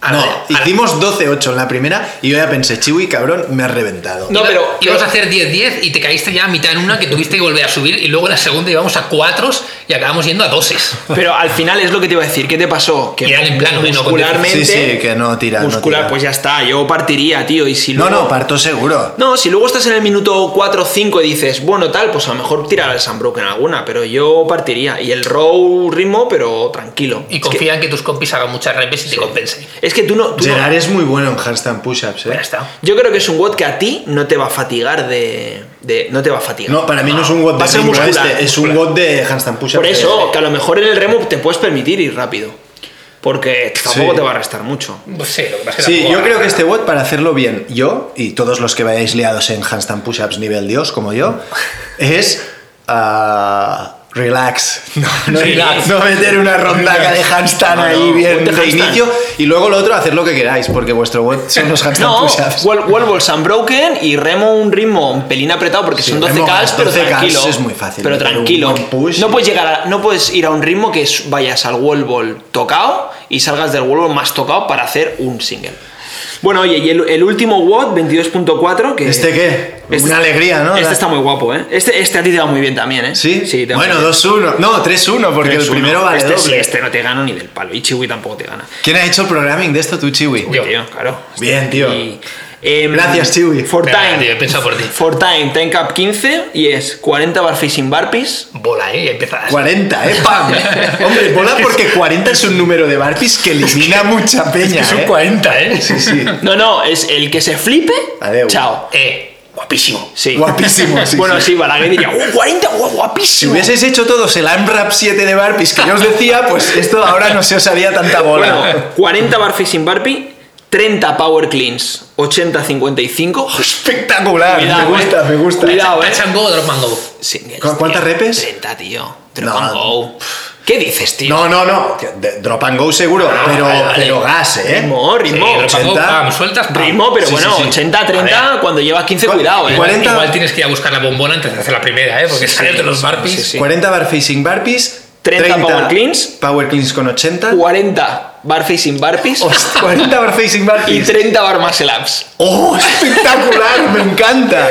A la- No, a la- hicimos 12-8 en la primera y yo ya pensé, Chiwi, cabrón, me has reventado. No, Iba- pero- Íbamos a hacer 10-10 y te caíste ya a mitad en una que tuviste que volver a subir. Y luego en la segunda íbamos a 4 y acabamos yendo a 2 Pero al final es lo que te iba a decir. ¿Qué te pasó? Que Y eran en plano, y no con muscularmente. Sí, sí, que no tira. no muscular, tira. pues ya está. Yo partiría, tío. Y si No, luego- no, parto seguro. No, si luego estás en el minuto 4 o 5 y dices, bueno, tal, pues a lo mejor tirar al Sunbroken alguna, pero yo partiría. Y el row ritmo, pero tranquilo. Y Es confía en que tus compis hagan muchas repes y te compensen. que- Es que tú no. tú no- Gerard es muy bueno en handstand push-ups, Pues Ya ¿eh? está. yo creo que es un WOD que a ti no te va a fatigar de. de- no te va a fatigar. No, para mí no es un No, WOD va de a ser gringo muscular, este, es un muscular. WOD de handstand push-ups. Por eso, que a lo mejor en el remo te puedes permitir ir rápido. Porque tampoco Sí. te va a restar mucho. Pues sí, lo que pasa es que Sí, tampoco yo va- creo que este bot, para hacerlo bien, yo y todos los que vayáis liados en handstand push-ups nivel Dios, como yo, es. ah, relax. No, no, Relax. no meter una rondaca de handstand No, no, ahí bien ponte de handstand. inicio. Y luego lo otro, hacer lo que queráis, porque vuestro bot son los handstand No, push-ups. wall, wall balls unbroken y remo un ritmo un pelín apretado porque son 12 remo Ks, pero 12 Ks tranquilo. es muy fácil, Pero meter un tranquilo. buen push. No puedes llegar a- no puedes ir a un ritmo que es- vayas al wall ball tocado y salgas del wall ball más tocado para hacer un single. Bueno, oye, y el, el último WOD, 22.4, que... ¿Este qué? Este- Una alegría, ¿no? Este La- está muy guapo, ¿eh? Este, este a ti te va muy bien también, ¿eh? ¿Sí? te va bueno, muy bien. 2-1. No, 3-1, porque el 3-1. primero vale este, sí, doble. este no te gano ni del palo. Y Chiwi tampoco te gana. ¿Quién ha hecho el programming de esto? Tú, Chiwi. Yo. Tío, claro. Bien, tío. Y, em, Gracias, Chiwi. For Venga, time. tío, he pensado por ti. For time, time cap 15 y es 40 bar facing barpees. Bola, ¿eh? Y empiezas. 40, ¿eh? ¡Pam! Hombre, mola porque 40 es un número de barpis que elimina mucha peña, Es un ¿eh? 40, ¿eh? Sí, sí. No, no, es el que se flipe. Adeu. Chao. Eh, guapísimo. Sí. Guapísimo, sí, bueno, sí. sí, Balaguer diría, "Uh, 40, guau, Si guapísimo. hubieses hecho todos el AMRAP 7 de barpis que yo os decía, pues esto ahora no se os haría tanta bola. Bueno, 40 bar facing barpee, 30 power cleans, 80-55. Espectacular, Cuidado, me gusta, eh. me gusta. Cuidado, eh. Tachan go, drop and go. Singles, ¿Cu- cuántas tío. repes? 30, tío. No. Drop and go. ¿Qué dices, tío? No, no, no. que de- Drop and go seguro, pero, vale, vale. pero gas, ¿eh? Ritmo, ritmo. Sí, drop and go, 80. pam, sueltas, pam. Ritmo, pero Sí, bueno, sí, sí. 80-30, A ver. cuando llevas 15, ¿Cuál- cuidado, eh. cuál 40. Igual tienes que ir a buscar la bombona antes de hacer la primera, ¿eh? Porque Sí, sales sí, de los sí, barpis. sí, sí. 40 bar facing barpis, 30 power cleans. power cleans con 80, 40 bar facing barpees host- 40 bar facing y barpis. 30 bar muscle ups. ¡Oh, espectacular! ¡Me encanta!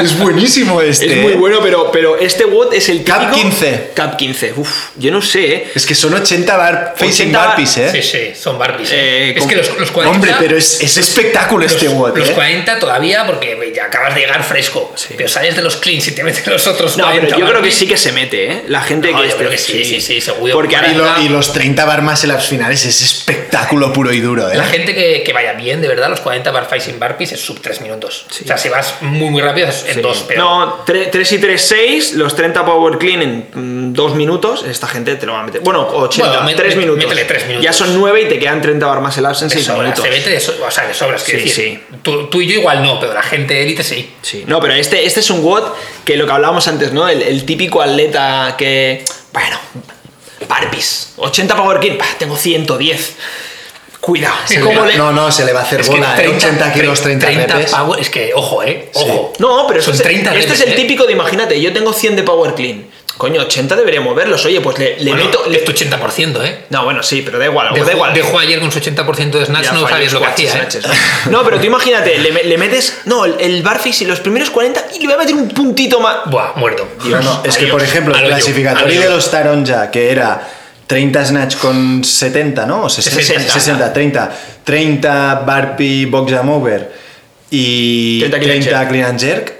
Es buenísimo este. Es muy bueno, pero, pero este WOD es el Cap típico... 15. Cap 15. Uf, yo no sé, eh. Es que son 80 bar facing 80 bar- barpis, ¿eh? Sí, sí, son barbies. Eh, es con- que los, los 40. Hombre, pero es, es espectáculo los, este WOT, los ¿eh? 40 todavía, porque ya acabas de llegar fresco. Pero sales de los cleans y te metes los otros No, 40. pero yo creo que barbies. sí que se mete, eh. La gente No, que... yo este- creo que sí, sí, sí, seguro. Porque ahora... Y, lo- y los 30 bar más en las finales es espectáculo puro y duro, La ¿eh? gente que, que vaya bien, de verdad, los 40 bar sin barpees es sub 3 minutos. O sea, si vas muy, muy rápido es en 2, pero. No, 3, y 3, 6, los 30 power clean en 2 minutos, esta gente te lo va a meter. Bueno, 80, Bueno, mé- 3 mé- minutos. métele tres minutos. Ya son 9 y te quedan 30 bar muscle ups en de 6 sobras, minutos. se vete de, so- o sea, de sobras, quiero Sí, decir. Tú, tú y yo igual no, pero la gente élite sí. Sí, no, pero este, este es un WOD que lo que hablábamos antes, ¿no? El, el típico atleta que. Bueno, barpees. 80 power clean, pa, tengo 110. Cuidado. Sí, ¿Cómo no, le- No, no, se le va a hacer bola, ¿eh? 80 kilos, 30, repes. power- es que, ojo, eh, Sí. ojo. No, pero son este, 30 este repes, es el eh. típico de imagínate, yo tengo 100 de power clean. Coño, 80 debería moverlos. Oye, pues le, le Bueno, meto. le- es tu 80%, eh. No, bueno, sí, pero da igual. da Dejó, igual. dejó ayer con su 80% de snatch, Ya no falló sabías lo que squats y hacía, eh. snatches, ¿no? No, pero tú imagínate, le, le metes. No, el, el barfix y los primeros 40 y le voy a meter un puntito más. Buah, muerto. No, no, es que, por ejemplo, A el lo yo, a lo clasificatorio yo. de los Taronja, que era 30 snatch con 70, ¿no? O 60, 60. 60, 30. 30 barpee box jam over y 30 30 clean clean, and jerk. and jerk.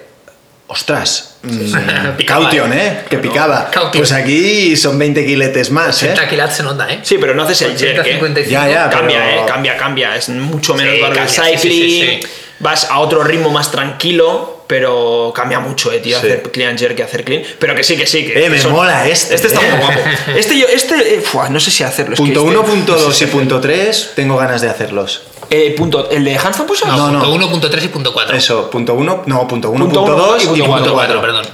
Ostras, mm, Picaba, caution, eh. ¿eh? Que picaba. Caution. Pues aquí son 20 kiletes más, ¿eh? 80 kilos se nota, eh. Sí, pero no haces el 80, jerk, ¿eh? 55. Ya, ya, cambia, Ah, pero- eh, eh, cambia, cambia. Es mucho menos Sí, barrio cambia, sí, cycling. sí, sí, sí. Vas a otro ritmo más tranquilo. pero cambia mucho, eh, tío, Sí. hacer clean jerk que hacer clean. Pero que sí, que sí. Que Eh, me mola este, Este está eh. muy guapo. Este, yo, este eh, fua, no sé si hacerlo. es que Punto este- 1, punto 2 y punto 3, tengo ganas de hacerlos. Eh, punto, ¿El de Handstand Push-Ups? No, no. punto 1, punto 3 y punto 4. Eso, punto 1, no, punto 1, Punto punto uno 2 y y punto punto 4. perdón.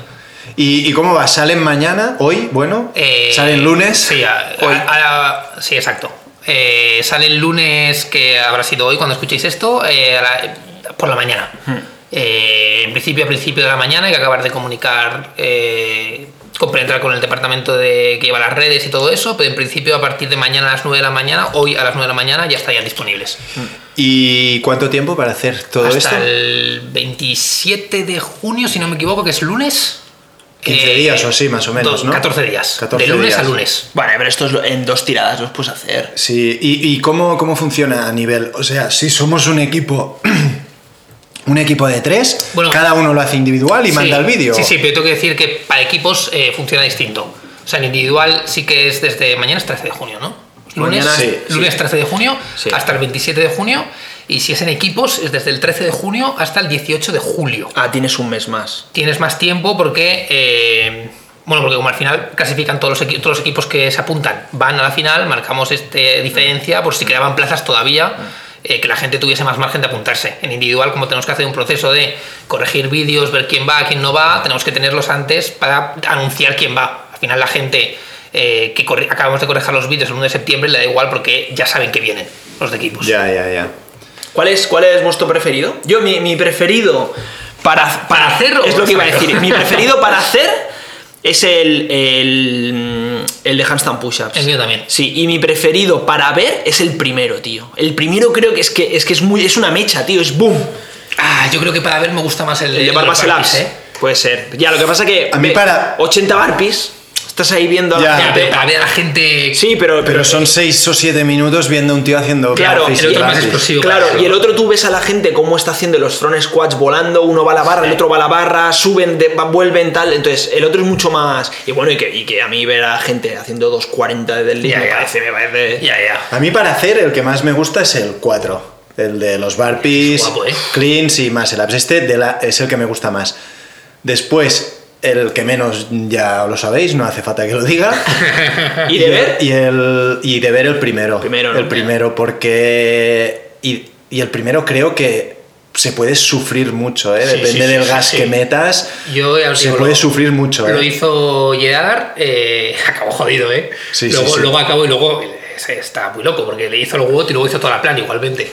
¿Y, y cómo va? ¿Salen mañana? ¿Hoy? Bueno. Eh, ¿Salen lunes? Sí, a- Hoy. a- a- sí exacto. Eh, sale el lunes, que habrá sido hoy cuando escuchéis esto, eh, a la- por la mañana. Hmm. Eh, en principio, a principio de la mañana, hay que acabar de comunicar, eh, compenetrar con el departamento de, que lleva las redes y todo eso, pero en principio a partir de mañana a las 9 de la mañana, hoy a las 9 de la mañana ya estarían disponibles. ¿Y cuánto tiempo para hacer todo Hasta esto? el 27 de junio, si no me equivoco, que es lunes. Eh, 15 días o así, más o menos, dos- ¿no? 14 días. 14 de lunes días. a lunes. Vale, pero esto es lo- en dos tiradas los puedes hacer. Sí, ¿y, y cómo, cómo funciona a nivel? O sea, si somos un equipo. Un equipo de tres, Bueno. cada uno lo hace individual y Sí, manda el vídeo. Sí, sí, pero tengo que decir que para equipos eh, funciona distinto. O sea, en individual sí que es desde mañana es 13 de junio, ¿no? Lunes, Mañana, sí, lunes 13 de junio Sí. hasta el 27 de junio. Y si es en equipos, es desde el 13 de junio hasta el 18 de julio. Ah, tienes un mes más. Tienes más tiempo porque. eh, bueno, porque como al final clasifican todos los, equi- todos los equipos que se apuntan, van a la final, marcamos este diferencia por si quedaban plazas todavía, eh, que la gente tuviese más margen de apuntarse. En individual, como tenemos que hacer un proceso de corregir vídeos, ver quién va, quién no va, tenemos que tenerlos antes para anunciar quién va. Al final la gente eh, que corri- acabamos de corregir los vídeos el 1 de septiembre le da igual porque ya saben que vienen los de equipos. Ya, ya, ya. ¿Cuál es, cuál es vuestro preferido? Yo, mi, mi preferido para, ¿Para hacer o Es lo que iba a saber? decir. mi preferido para hacer es el, el, mm, el de handstand push-ups. El mío también. Sí, y mi preferido para ver es el primero, tío. El primero creo que es que es, que es muy. Es una mecha, tío. Es boom. Ah, yo creo que para ver me gusta más el, El llevar el más el burpees, abs. ¿eh? Puede ser. Ya, lo que pasa que. A mí ve, para- 80 barpis. Estás ahí viendo a Ya. la Ya, gente. pero para ver a la gente Sí, pero. Pero son seis o siete minutos viendo a un tío haciendo. Claro, el burpees y otro más burpees. explosivo. Claro, para y el eso. otro tú ves a la gente cómo está haciendo los front squats volando, uno va a la barra, el otro va a la barra, suben, de- va- vuelven, tal. Entonces, el otro es mucho más. Y bueno, y que, y que a mí ver a la gente haciendo 2.40 de deadlift Ya, me ya. parece, me parece. Ya, ya. A mí para hacer el que más me gusta es el 4. El de los burpees, Es guapo, ¿eh? cleans y más el abs. Este de la- es el que me gusta más. Después, el que menos ya lo sabéis, no hace falta que lo diga. Y de ver. Y, el, y de ver el primero. Primero, ¿no? El primero, porque... Y, y el primero creo que se puede sufrir mucho, ¿eh? Sí, Depende sí, sí, del sí, gas sí. que metas. Yo ya os se digo, puede lo- sufrir mucho, Lo ¿eh? hizo Jedar, eh, acabó jodido, ¿eh? Sí, sí, luego, sí. luego acabó y luego eh, se está muy loco porque le hizo el WOT y luego hizo toda la plan igualmente.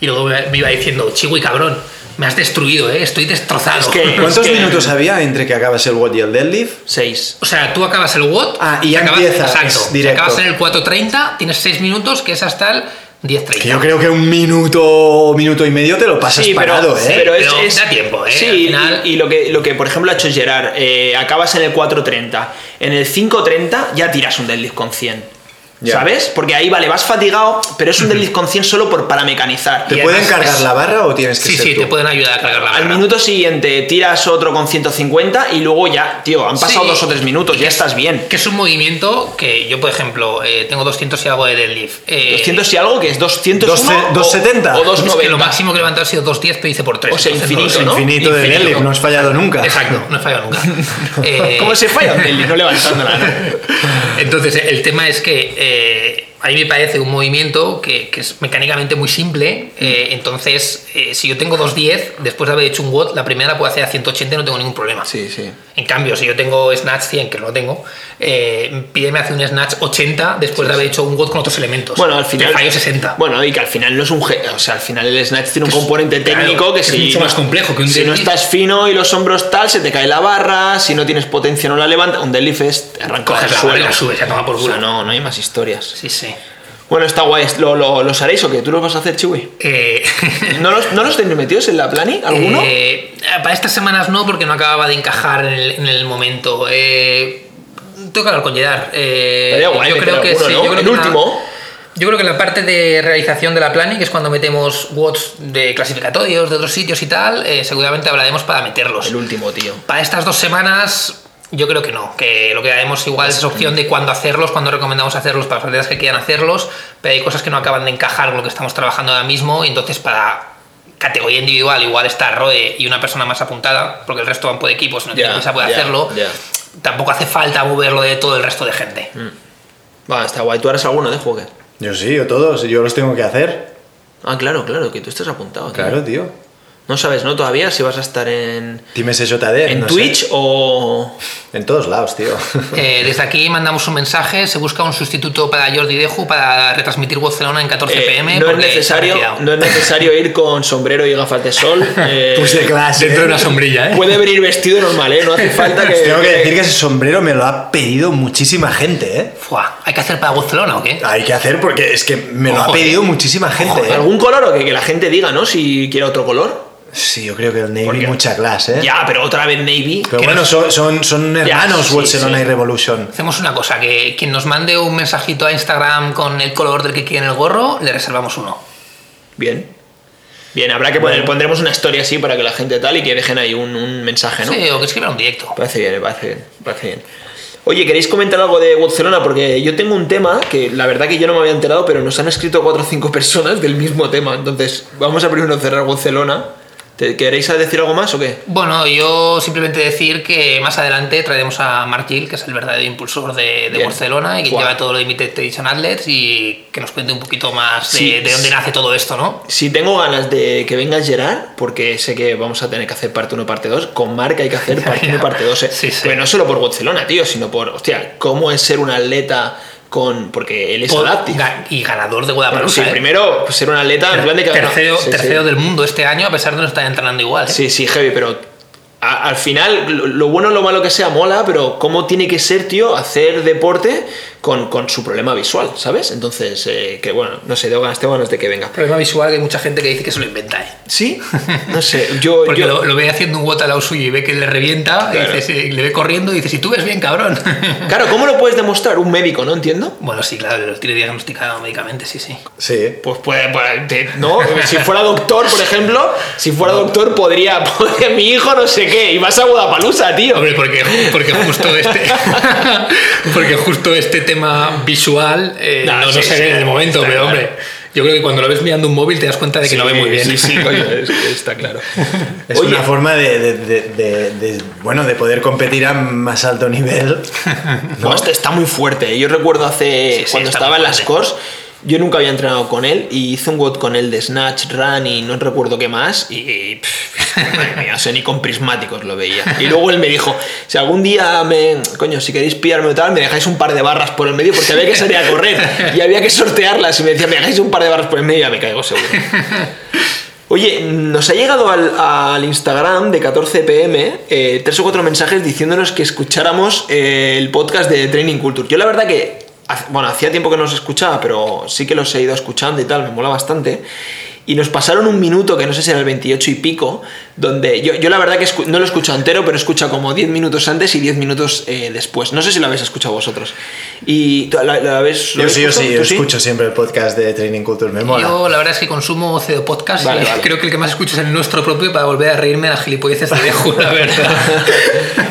Y luego me me iba diciendo, Chiwi, cabrón, me has destruido, ¿eh? Estoy destrozado. Es que- ¿Cuántos Es que- minutos había entre que acabas el WOD y el deadlift? 6. O sea, tú acabas el WOT. Ah, y ya acabas, empieza, Exacto. es directo. Acabas en el 4.30, tienes 6 minutos, que es hasta el 10.30. Que yo creo que un minuto, minuto y medio te lo pasas Sí, pero, parado, ¿eh? pero es, Pero es- da tiempo, ¿eh? Sí, Al final- y, y lo, que, lo que por ejemplo ha hecho Gerard, eh, acabas en el 4.30, en el 5.30 ya tiras un deadlift con 100. Ya. ¿Sabes? Porque ahí, vale, vas fatigado, pero es un deadlift con 100 solo por, para mecanizar. ¿Te y pueden además cargar es- la barra o tienes que Sí, ser sí, tú? te pueden ayudar a cargar la Al barra. minuto siguiente tiras otro con 150 y luego ya, tío, han pasado Sí. dos o tres minutos, ya estás bien. Que es un movimiento que yo, por ejemplo, eh, tengo 200 y algo de deadlift. Eh, 200 y algo que es 200 Doce- 270. o, o Es que lo 290. máximo que he levantado ha sido 2.10, pero hice por 3. O sea, Es ¿no? infinito, de Infinito. deadlift, no has fallado nunca. Exacto, no he fallado nunca. Eh, ¿Cómo se falla? un deadlift? No levantándola. ¿no? Entonces, eh, el tema es que eh, a mí me parece un movimiento que, que es mecánicamente muy simple. eh, entonces, eh, si yo tengo 2.10, después de haber hecho un WOD, la primera la puedo hacer a 180 y no tengo ningún problema. Sí, sí. En cambio, si yo tengo Snatch 100, que no lo tengo, eh, pídeme hacer un Snatch 80 después de haber hecho un WOD con otros elementos. Bueno, al final. Te fallo 60. Bueno, y que al final no es un. ge- O sea, al final el snatch tiene un componente claro, técnico que es si. mucho no- más complejo que un Si no deadlift. estás fino y los hombros tal, se te cae la barra. Si no tienes potencia, no la levanta. Un deadlift es. te Arranca del Coges la barra y suelo. la subes, ya toma por O culo. sea, no, no hay más historias. Sí, sí. Bueno, está guay. ¿Lo, lo- los haréis o qué? ¿Tú los vas a hacer, Chiwi? Eh, ¿No los, ¿No los tenéis metidos en la plani? ¿Alguno? eh, para estas semanas no, porque no acababa de encajar en el, en el momento. Eh, tengo que hablar con Jedar. Eh, Estaría guay yo meter creo que alguno, sí, ¿no? yo creo El que en la- último. yo creo que en la parte de realización de la planning, que es cuando metemos watts de clasificatorios de otros sitios y tal, eh, seguramente hablaremos para meterlos. El último, tío. Para estas dos semanas, yo creo que no, que lo que haremos igual es opción de cuándo hacerlos, cuándo recomendamos hacerlos para las atletas que quieran hacerlos, pero hay cosas que no acaban de encajar con lo que estamos trabajando ahora mismo, y entonces para categoría individual igual está Roe y una persona más apuntada, porque el resto van por equipos, no tiene Ya, prisa puede ya, hacerlo. ya. Tampoco hace falta moverlo de todo el resto de gente. Va, está guay. ¿Tú harás alguno de Joker? Yo sí, yo todos, yo los tengo que hacer. Ah, claro, claro, que tú estás apuntado. tío. Claro, tío. No sabes, ¿no? Todavía si vas a estar en, Dime SJD. en Eh, no sé. Twitch o... En todos lados, tío. Eh, desde aquí mandamos un mensaje, se busca un sustituto para Jordi Deju para retransmitir Barcelona en 14 Eh, pm. no, es porque está necesario, retirado. no es necesario ir con sombrero y gafas de sol. eh, Pues de clase. Dentro de una ¿eh? sombrilla, ¿eh? puede venir vestido normal, ¿eh? No hace falta que... Os tengo que decir que ese sombrero me lo ha pedido muchísima gente, ¿eh? Fua, ¿Hay que hacer para Barcelona o qué? Hay que hacer porque es que me lo ha Ojo, pedido muchísima gente, ¿eh? ¿Algún color o que, que la gente diga, ¿no? Si quiere otro color. Sí, yo creo que el Navy Porque- mucha clase, ¿eh? Ya, pero otra vez Navy. Pero que bueno, no- son, son, son hermanos sí, Barcelona sí. y Revolution. Hacemos una cosa, que quien nos mande un mensajito a Instagram con el color del que quiere en el gorro, le reservamos uno. Bien. Bien, habrá que poner, pondremos una historia así para que la gente tal y que dejen ahí un, un mensaje, ¿no? Sí, o que escriban un directo. Parece bien, me parece bien, me parece bien. Oye, ¿queréis comentar algo de Barcelona? Porque yo tengo un tema que la verdad que yo no me había enterado, pero nos han escrito cuatro o cinco personas del mismo tema. Entonces, vamos a primero cerrar Barcelona. ¿Te- ¿Queréis decir algo más o qué? Bueno, yo simplemente decir que más adelante traeremos a Mark Gil, que es el verdadero impulsor de, de Bien. Barcelona y que Guau. lleva todo lo de Limited Edition Outlets y que nos cuente un poquito más de- Sí, de, dónde sí. nace todo esto, ¿no? Si tengo ganas de que venga Gerard, porque sé que vamos a tener que hacer parte 1, parte 2, con Marca hay que hacer parte 1, parte 2. eh. Sí, sí. Pero no solo por Barcelona, tío, sino por, hostia, cómo es ser un atleta con... Porque él es Por- Adaptive. ga- y ganador de Bueno, Guadalajara. ¿eh? sí, primero pues, ser un atleta en plan de que... tercero Sí, sí. tercero del mundo este año, a pesar de no estar entrenando igual. ¿eh? Sí, sí, heavy, pero a- al final, lo, lo bueno o lo malo que sea, mola, pero cómo tiene que ser, tío, hacer deporte con, con su problema visual, ¿sabes? Entonces, eh, que bueno, no sé, tengo ganas, tengo ganas de que venga. Problema visual que hay mucha gente que dice que se lo inventa, ¿eh? ¿Sí? No sé, yo... Porque yo- lo, lo ve haciendo un water al lado suyo y ve que le revienta, y Claro. dice, sí, le ve corriendo y dice, si tú ves bien, cabrón. Claro, ¿cómo lo puedes demostrar? Un médico, ¿no? Entiendo. bueno, sí, claro, lo tiene diagnosticado médicamente, sí, sí. Sí. Pues, pues, pues, te- no, si fuera doctor, por ejemplo, si fuera doctor podría, podría mi hijo no sé qué, y vas a Guadapalusa, tío. Hombre, porque, porque justo este porque justo este tema visual eh, Nah, no, no sí, se sí, ve en el momento, está pero claro. hombre, yo creo que cuando lo ves mirando un móvil te das cuenta de que lo ve muy bien. Sí, sí, coño, es- está claro. Es Oye. una forma de, de- de- de- de, bueno, de poder competir a más alto nivel. No, este está muy fuerte. Yo recuerdo hace Sí, sí, cuando está estaba muy en las fuerte. cores, yo nunca había entrenado con él y hice un WOD con él de Snatch, Run y no recuerdo qué más. Y, y, pff, madre mía, o sea, ni con prismáticos lo veía. Y luego él me dijo: Si algún día me. Coño, si queréis pillarme o tal, me dejáis un par de barras por el medio porque había que salir a correr y había que sortearlas. Y me decía: Me dejáis un par de barras por el medio y ya me caigo seguro. Oye, nos ha llegado al, al Instagram de 14pm eh, tres o cuatro mensajes diciéndonos que escucháramos eh, el podcast de Training Culture. Yo la verdad que, hace- bueno, hacía tiempo que no los escuchaba, pero sí que los he ido escuchando y tal, me mola bastante. Y nos pasaron un minuto, que no sé si era el 28 y pico, donde yo, yo la verdad que escu- no lo he escuchado entero, pero he escuchado como 10 minutos antes y 10 minutos eh, después. No sé si lo habéis escuchado vosotros. ¿Y tú la, la habéis, lo Yo habéis sí, yo escuchado? sí, ¿Tú yo escucho siempre el podcast de Training Culture, me mola. Yo la verdad es que consumo Cedo Podcast Vale, y vale. creo que el que más escucho es el nuestro propio para volver a reírme de las gilipolleces de Deju, la verdad.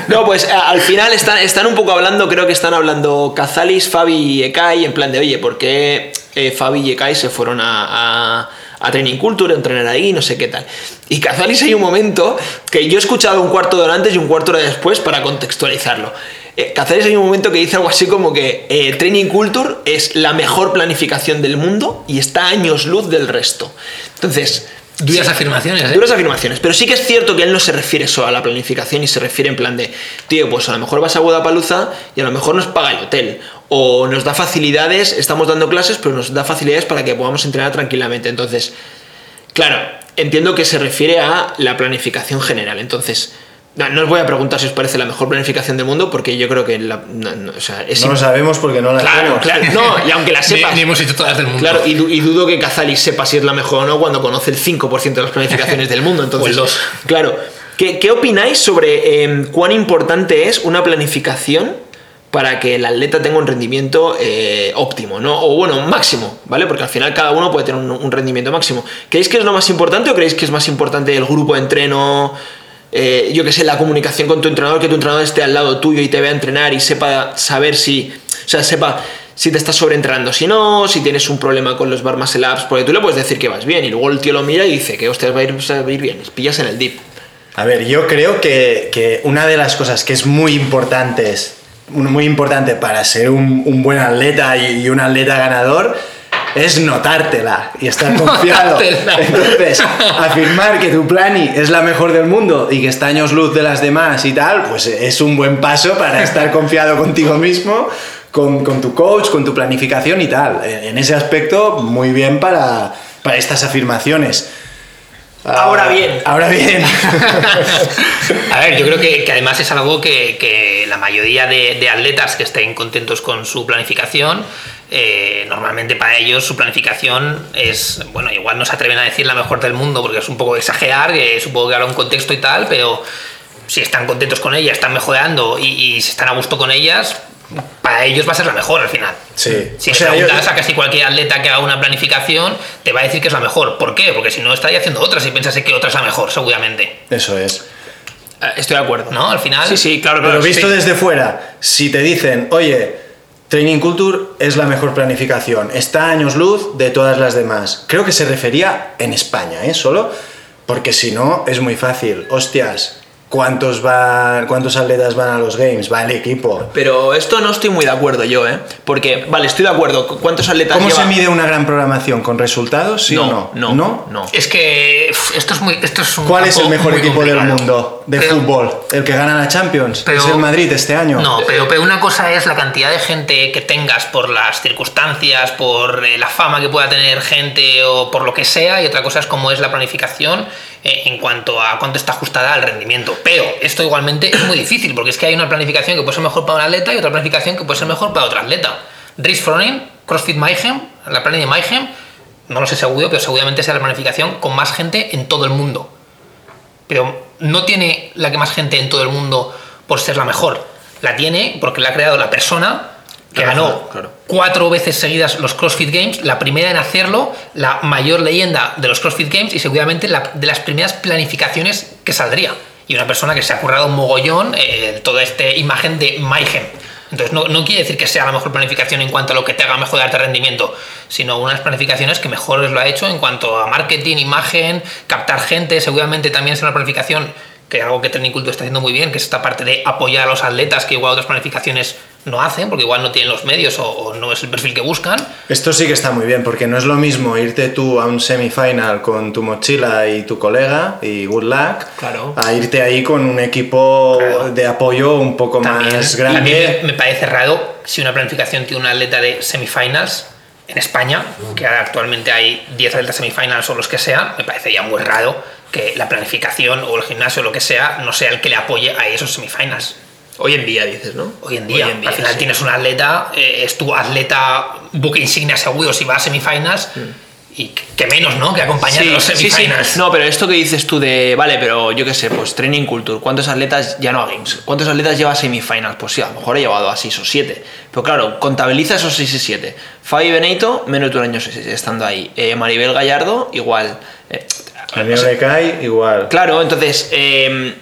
No, pues a- al final están, están un poco hablando, creo que están hablando Cazalis, Fabi y Ekai, en plan de, oye, ¿por qué eh, Fabi y Ekai se fueron a, a- a Training Culture, a entrenar ahí, no sé qué tal? Y Cazalis hay un momento que yo he escuchado un cuarto de hora antes y un cuarto de hora después para contextualizarlo. Eh, Cazalis hay un momento que dice algo así como que eh, Training Culture es la mejor planificación del mundo y está a años luz del resto. Entonces... Duras sí. afirmaciones, ¿eh? Duras afirmaciones, pero sí que es cierto que él no se refiere solo a la planificación y se refiere en plan de, tío, pues a lo mejor vas a Guadalajara y a lo mejor nos paga el hotel. O nos da facilidades, estamos dando clases, pero nos da facilidades para que podamos entrenar tranquilamente. Entonces, claro, entiendo que se refiere a la planificación general. Entonces, no, no os voy a preguntar si os parece la mejor planificación del mundo, porque yo creo que la- no, no, o sea, es no lo im- sabemos porque no la Claro, hacemos. claro. No, y aunque la Ni, sepas. ni hemos hecho todas del mundo. Claro, y, du- y dudo que Cazalis sepa si es la mejor o no cuando conoce el 5% de las planificaciones del mundo. Entonces, O el dos. Claro. ¿Qué, qué opináis sobre em, cuán importante es una planificación para que el atleta tenga un rendimiento eh, óptimo, ¿no? O bueno, máximo, ¿vale? Porque al final cada uno puede tener un, un rendimiento máximo. ¿Creéis que es lo más importante o creéis que es más importante el grupo de entreno? eh, yo qué sé, la comunicación con tu entrenador, que tu entrenador esté al lado tuyo y te vea entrenar y sepa saber si. O sea, sepa si te estás sobreentrenando, si no, si tienes un problema con los bar muscle ups, porque tú le puedes decir que vas bien y luego el tío lo mira y dice que hostias va a ir, va a ir bien, les pillas en el dip. A ver, yo creo que, que una de las cosas que es muy importante, muy importante para ser un, un buen atleta y, y un atleta ganador es notártela y estar confiado. Notártela. Entonces, afirmar que tu plani es la mejor del mundo y que está años luz de las demás y tal, pues es un buen paso para estar confiado contigo mismo, con, con tu coach, con tu planificación y tal. En en ese aspecto, muy bien para, para estas afirmaciones. Ahora bien. Ah, Ahora bien. A ver, yo creo que, que además es algo que, que la mayoría de, de atletas que estén contentos con su planificación, eh, normalmente para ellos su planificación es, bueno, igual no se atreven a decir la mejor del mundo porque es un poco exagerar, que supongo que habrá un contexto y tal, pero si están contentos con ella, están mejorando y, y si están a gusto con ellas, para ellos va a ser la mejor al final. Sí. Si O le sea, yo- preguntas a casi cualquier atleta que haga una planificación, te va a decir que es la mejor. ¿Por qué? Porque si no, estaría haciendo otras y pensase que otra es la mejor, seguramente. Eso es. Ah, Estoy de acuerdo. ¿No? Al final. Sí, sí, claro, claro. Pero visto sí. desde fuera, si te dicen, oye, Training Culture es la mejor planificación, está a años luz de todas las demás. Creo que se refería en España, ¿eh? Solo, porque si no, es muy fácil. Hostias, ¿cuántos, van, cuántos atletas van a los Games? Va el equipo. Pero esto no estoy muy de acuerdo yo, ¿eh? Porque, vale, estoy de acuerdo. ¿cu- ¿Cuántos atletas ¿Cómo lleva? se mide una gran programación? ¿Con resultados? ¿Sí o no? No, no, no. Es que uf, esto es muy. Esto es un ¿Cuál es el campo mejor muy equipo del complicado. mundo de Pero- fútbol? ¿El que gana la Champions? pero- ¿Es el Madrid este año? No, pero, pero una cosa es la cantidad de gente que tengas por las circunstancias, por eh, la fama que pueda tener gente o por lo que sea, y otra cosa es cómo es la planificación eh, en cuanto a cuánto está ajustada al rendimiento. Pero esto igualmente es muy difícil, porque es que hay una planificación que puede ser mejor para un atleta y otra planificación que puede ser mejor para otro atleta. Rich Froning, CrossFit Mayhem, la plani de Mayhem, no lo sé seguro, pero seguramente sea la planificación con más gente en todo el mundo. Pero no tiene la que más gente en todo el mundo por ser la mejor. La tiene porque la ha creado la persona que Claro, ganó claro. cuatro veces seguidas los CrossFit Games, la primera en hacerlo, la mayor leyenda de los CrossFit Games y seguramente la- de las primeras planificaciones que saldría. Y una persona que se ha currado un mogollón eh, toda esta imagen de Mayhem. Entonces no, no quiere decir que sea la mejor planificación en cuanto a lo que te haga mejorar tu rendimiento, sino unas planificaciones que mejor lo ha hecho en cuanto a marketing, imagen, captar gente, seguramente también es una planificación que algo que Training Culture está haciendo muy bien, que es esta parte de apoyar a los atletas que igual otras planificaciones no hacen, porque igual no tienen los medios o, o no es el perfil que buscan. Esto sí que está muy bien, porque no es lo mismo irte tú a un semifinal con tu mochila y tu colega y good luck, Claro. a irte ahí con un equipo Claro. de apoyo un poco También, más y a mí grande. me, me parece raro si una planificación tiene un atleta de semifinals en España, que ahora actualmente hay 10 atletas semifinals o los que sea, me parece ya muy raro que la planificación o el gimnasio o lo que sea no sea el que le apoye a esos semifinals. Hoy en día dices, ¿no? Hoy en día, al final sí. tienes un atleta, eh, es tu atleta buque insignia seguro si va a semifinals y que- que menos, ¿no? Que acompañar a los sí, sí. semifinals. No, pero esto que dices tú de, vale, pero yo qué sé, pues Training Culture, ¿cuántos atletas ya no a Games? ¿Cuántos atletas lleva a semifinals? Pues sí, a lo mejor he llevado a 6 o 7. Pero claro, contabiliza esos 6 y 7. Fabi Benito, menos de un año sí, sí, sí, estando ahí. Eh, Maribel Gallardo, igual. Eh, A mí me cae igual. claro, entonces. eh,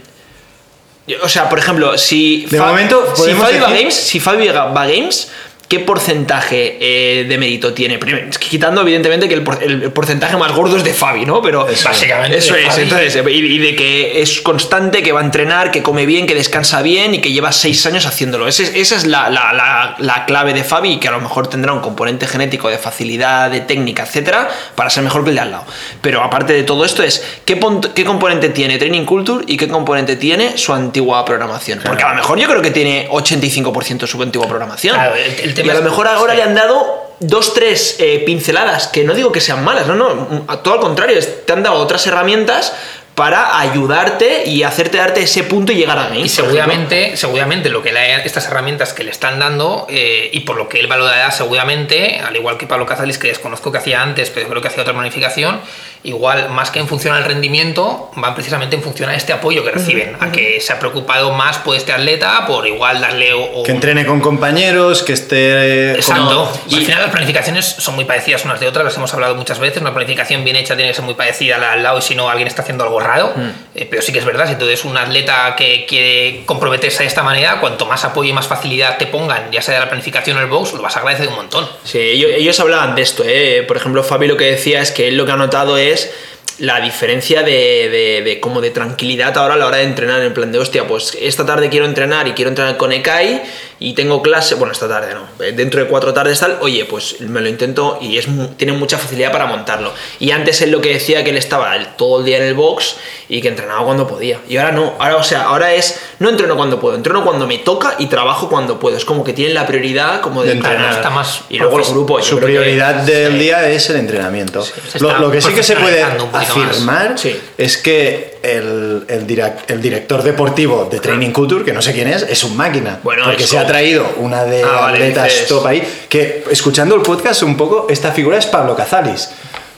o sea, por ejemplo, si. De momento, si podemos Fabi, va a decir- Games, si Fabi va va a Games, ¿qué porcentaje eh, de mérito tiene? Primero, es que quitando, evidentemente, que el, por- el- el porcentaje más gordo es de Fabi, ¿no? Pero. Eso es. Básicamente Eso de es, Fabi. entonces. Y, y de que es constante, que va a entrenar, que come bien, que descansa bien y que lleva seis años haciéndolo. Ese- esa es la, la- la- la clave de Fabi, que a lo mejor tendrá un componente genético de facilidad, de técnica, etcétera, para ser mejor que el de al lado. Pero aparte de todo esto, es qué, pon- qué componente tiene Training Culture y qué componente tiene su antigua programación. Porque a lo mejor yo creo que tiene 85% de su antigua programación. Claro, el- el tema y a lo es- mejor ahora sí. le han dado dos, tres eh, pinceladas, que no digo que sean malas, no, no, mm, a- todo al contrario, es- te han dado otras herramientas para ayudarte y hacerte darte ese punto y llegar a Games. Y por ejemplo. seguramente, seguramente lo que le- estas herramientas que le están dando eh, y por lo que él valorará seguramente, al igual que Pablo Cazalis, que desconozco que hacía antes, pero creo que hacía otra planificación, igual más que en función al rendimiento, van precisamente en función a este apoyo que reciben, a que se ha preocupado más por este atleta, por igual darle o, o Que entrene con compañeros, que esté... Exacto. como- Y al final las planificaciones son muy parecidas unas de otras, las hemos hablado muchas veces. Una planificación bien hecha tiene que ser muy parecida a la al lado y si no alguien está haciendo algo raro. Eh, pero sí que es verdad, si tú eres un atleta que quiere comprometerse de esta manera, cuanto más apoyo y más facilidad te pongan, ya sea de la planificación o el box, lo vas a agradecer un montón. Sí, ellos, ellos hablaban de esto, ¿eh? Por ejemplo, Fabi lo que decía es que él lo que ha notado es la diferencia de, de- de como de tranquilidad ahora a la hora de entrenar, en plan de, hostia, pues esta tarde quiero entrenar y quiero entrenar con Ekai y tengo clase, bueno, esta tarde no, eh, dentro de cuatro tardes tal, oye, pues me lo intento y es, mu- tiene mucha facilidad para montarlo. Y antes él lo que decía que él estaba el- todo el día en el box y que entrenaba cuando podía. Y ahora no, ahora, o sea, ahora es, no entreno cuando puedo, entreno cuando me toca y trabajo cuando puedo. Es como que tienen la prioridad como de, De entrenar. entrenar. Está más y luego el profes- grupo, yo Su creo que- prioridad del día es el entrenamiento. se Lo, está lo que sí que se puede profesionalizando un poquito más. afirmar Sí. es que el, el direc- el director deportivo de Training Culture, que no sé quién es, es un máquina. Bueno, porque es se ha como- traído una de Ah, vale, atletas dices- top ahí. Que escuchando el podcast un poco, esta figura es Pablo Cazalis.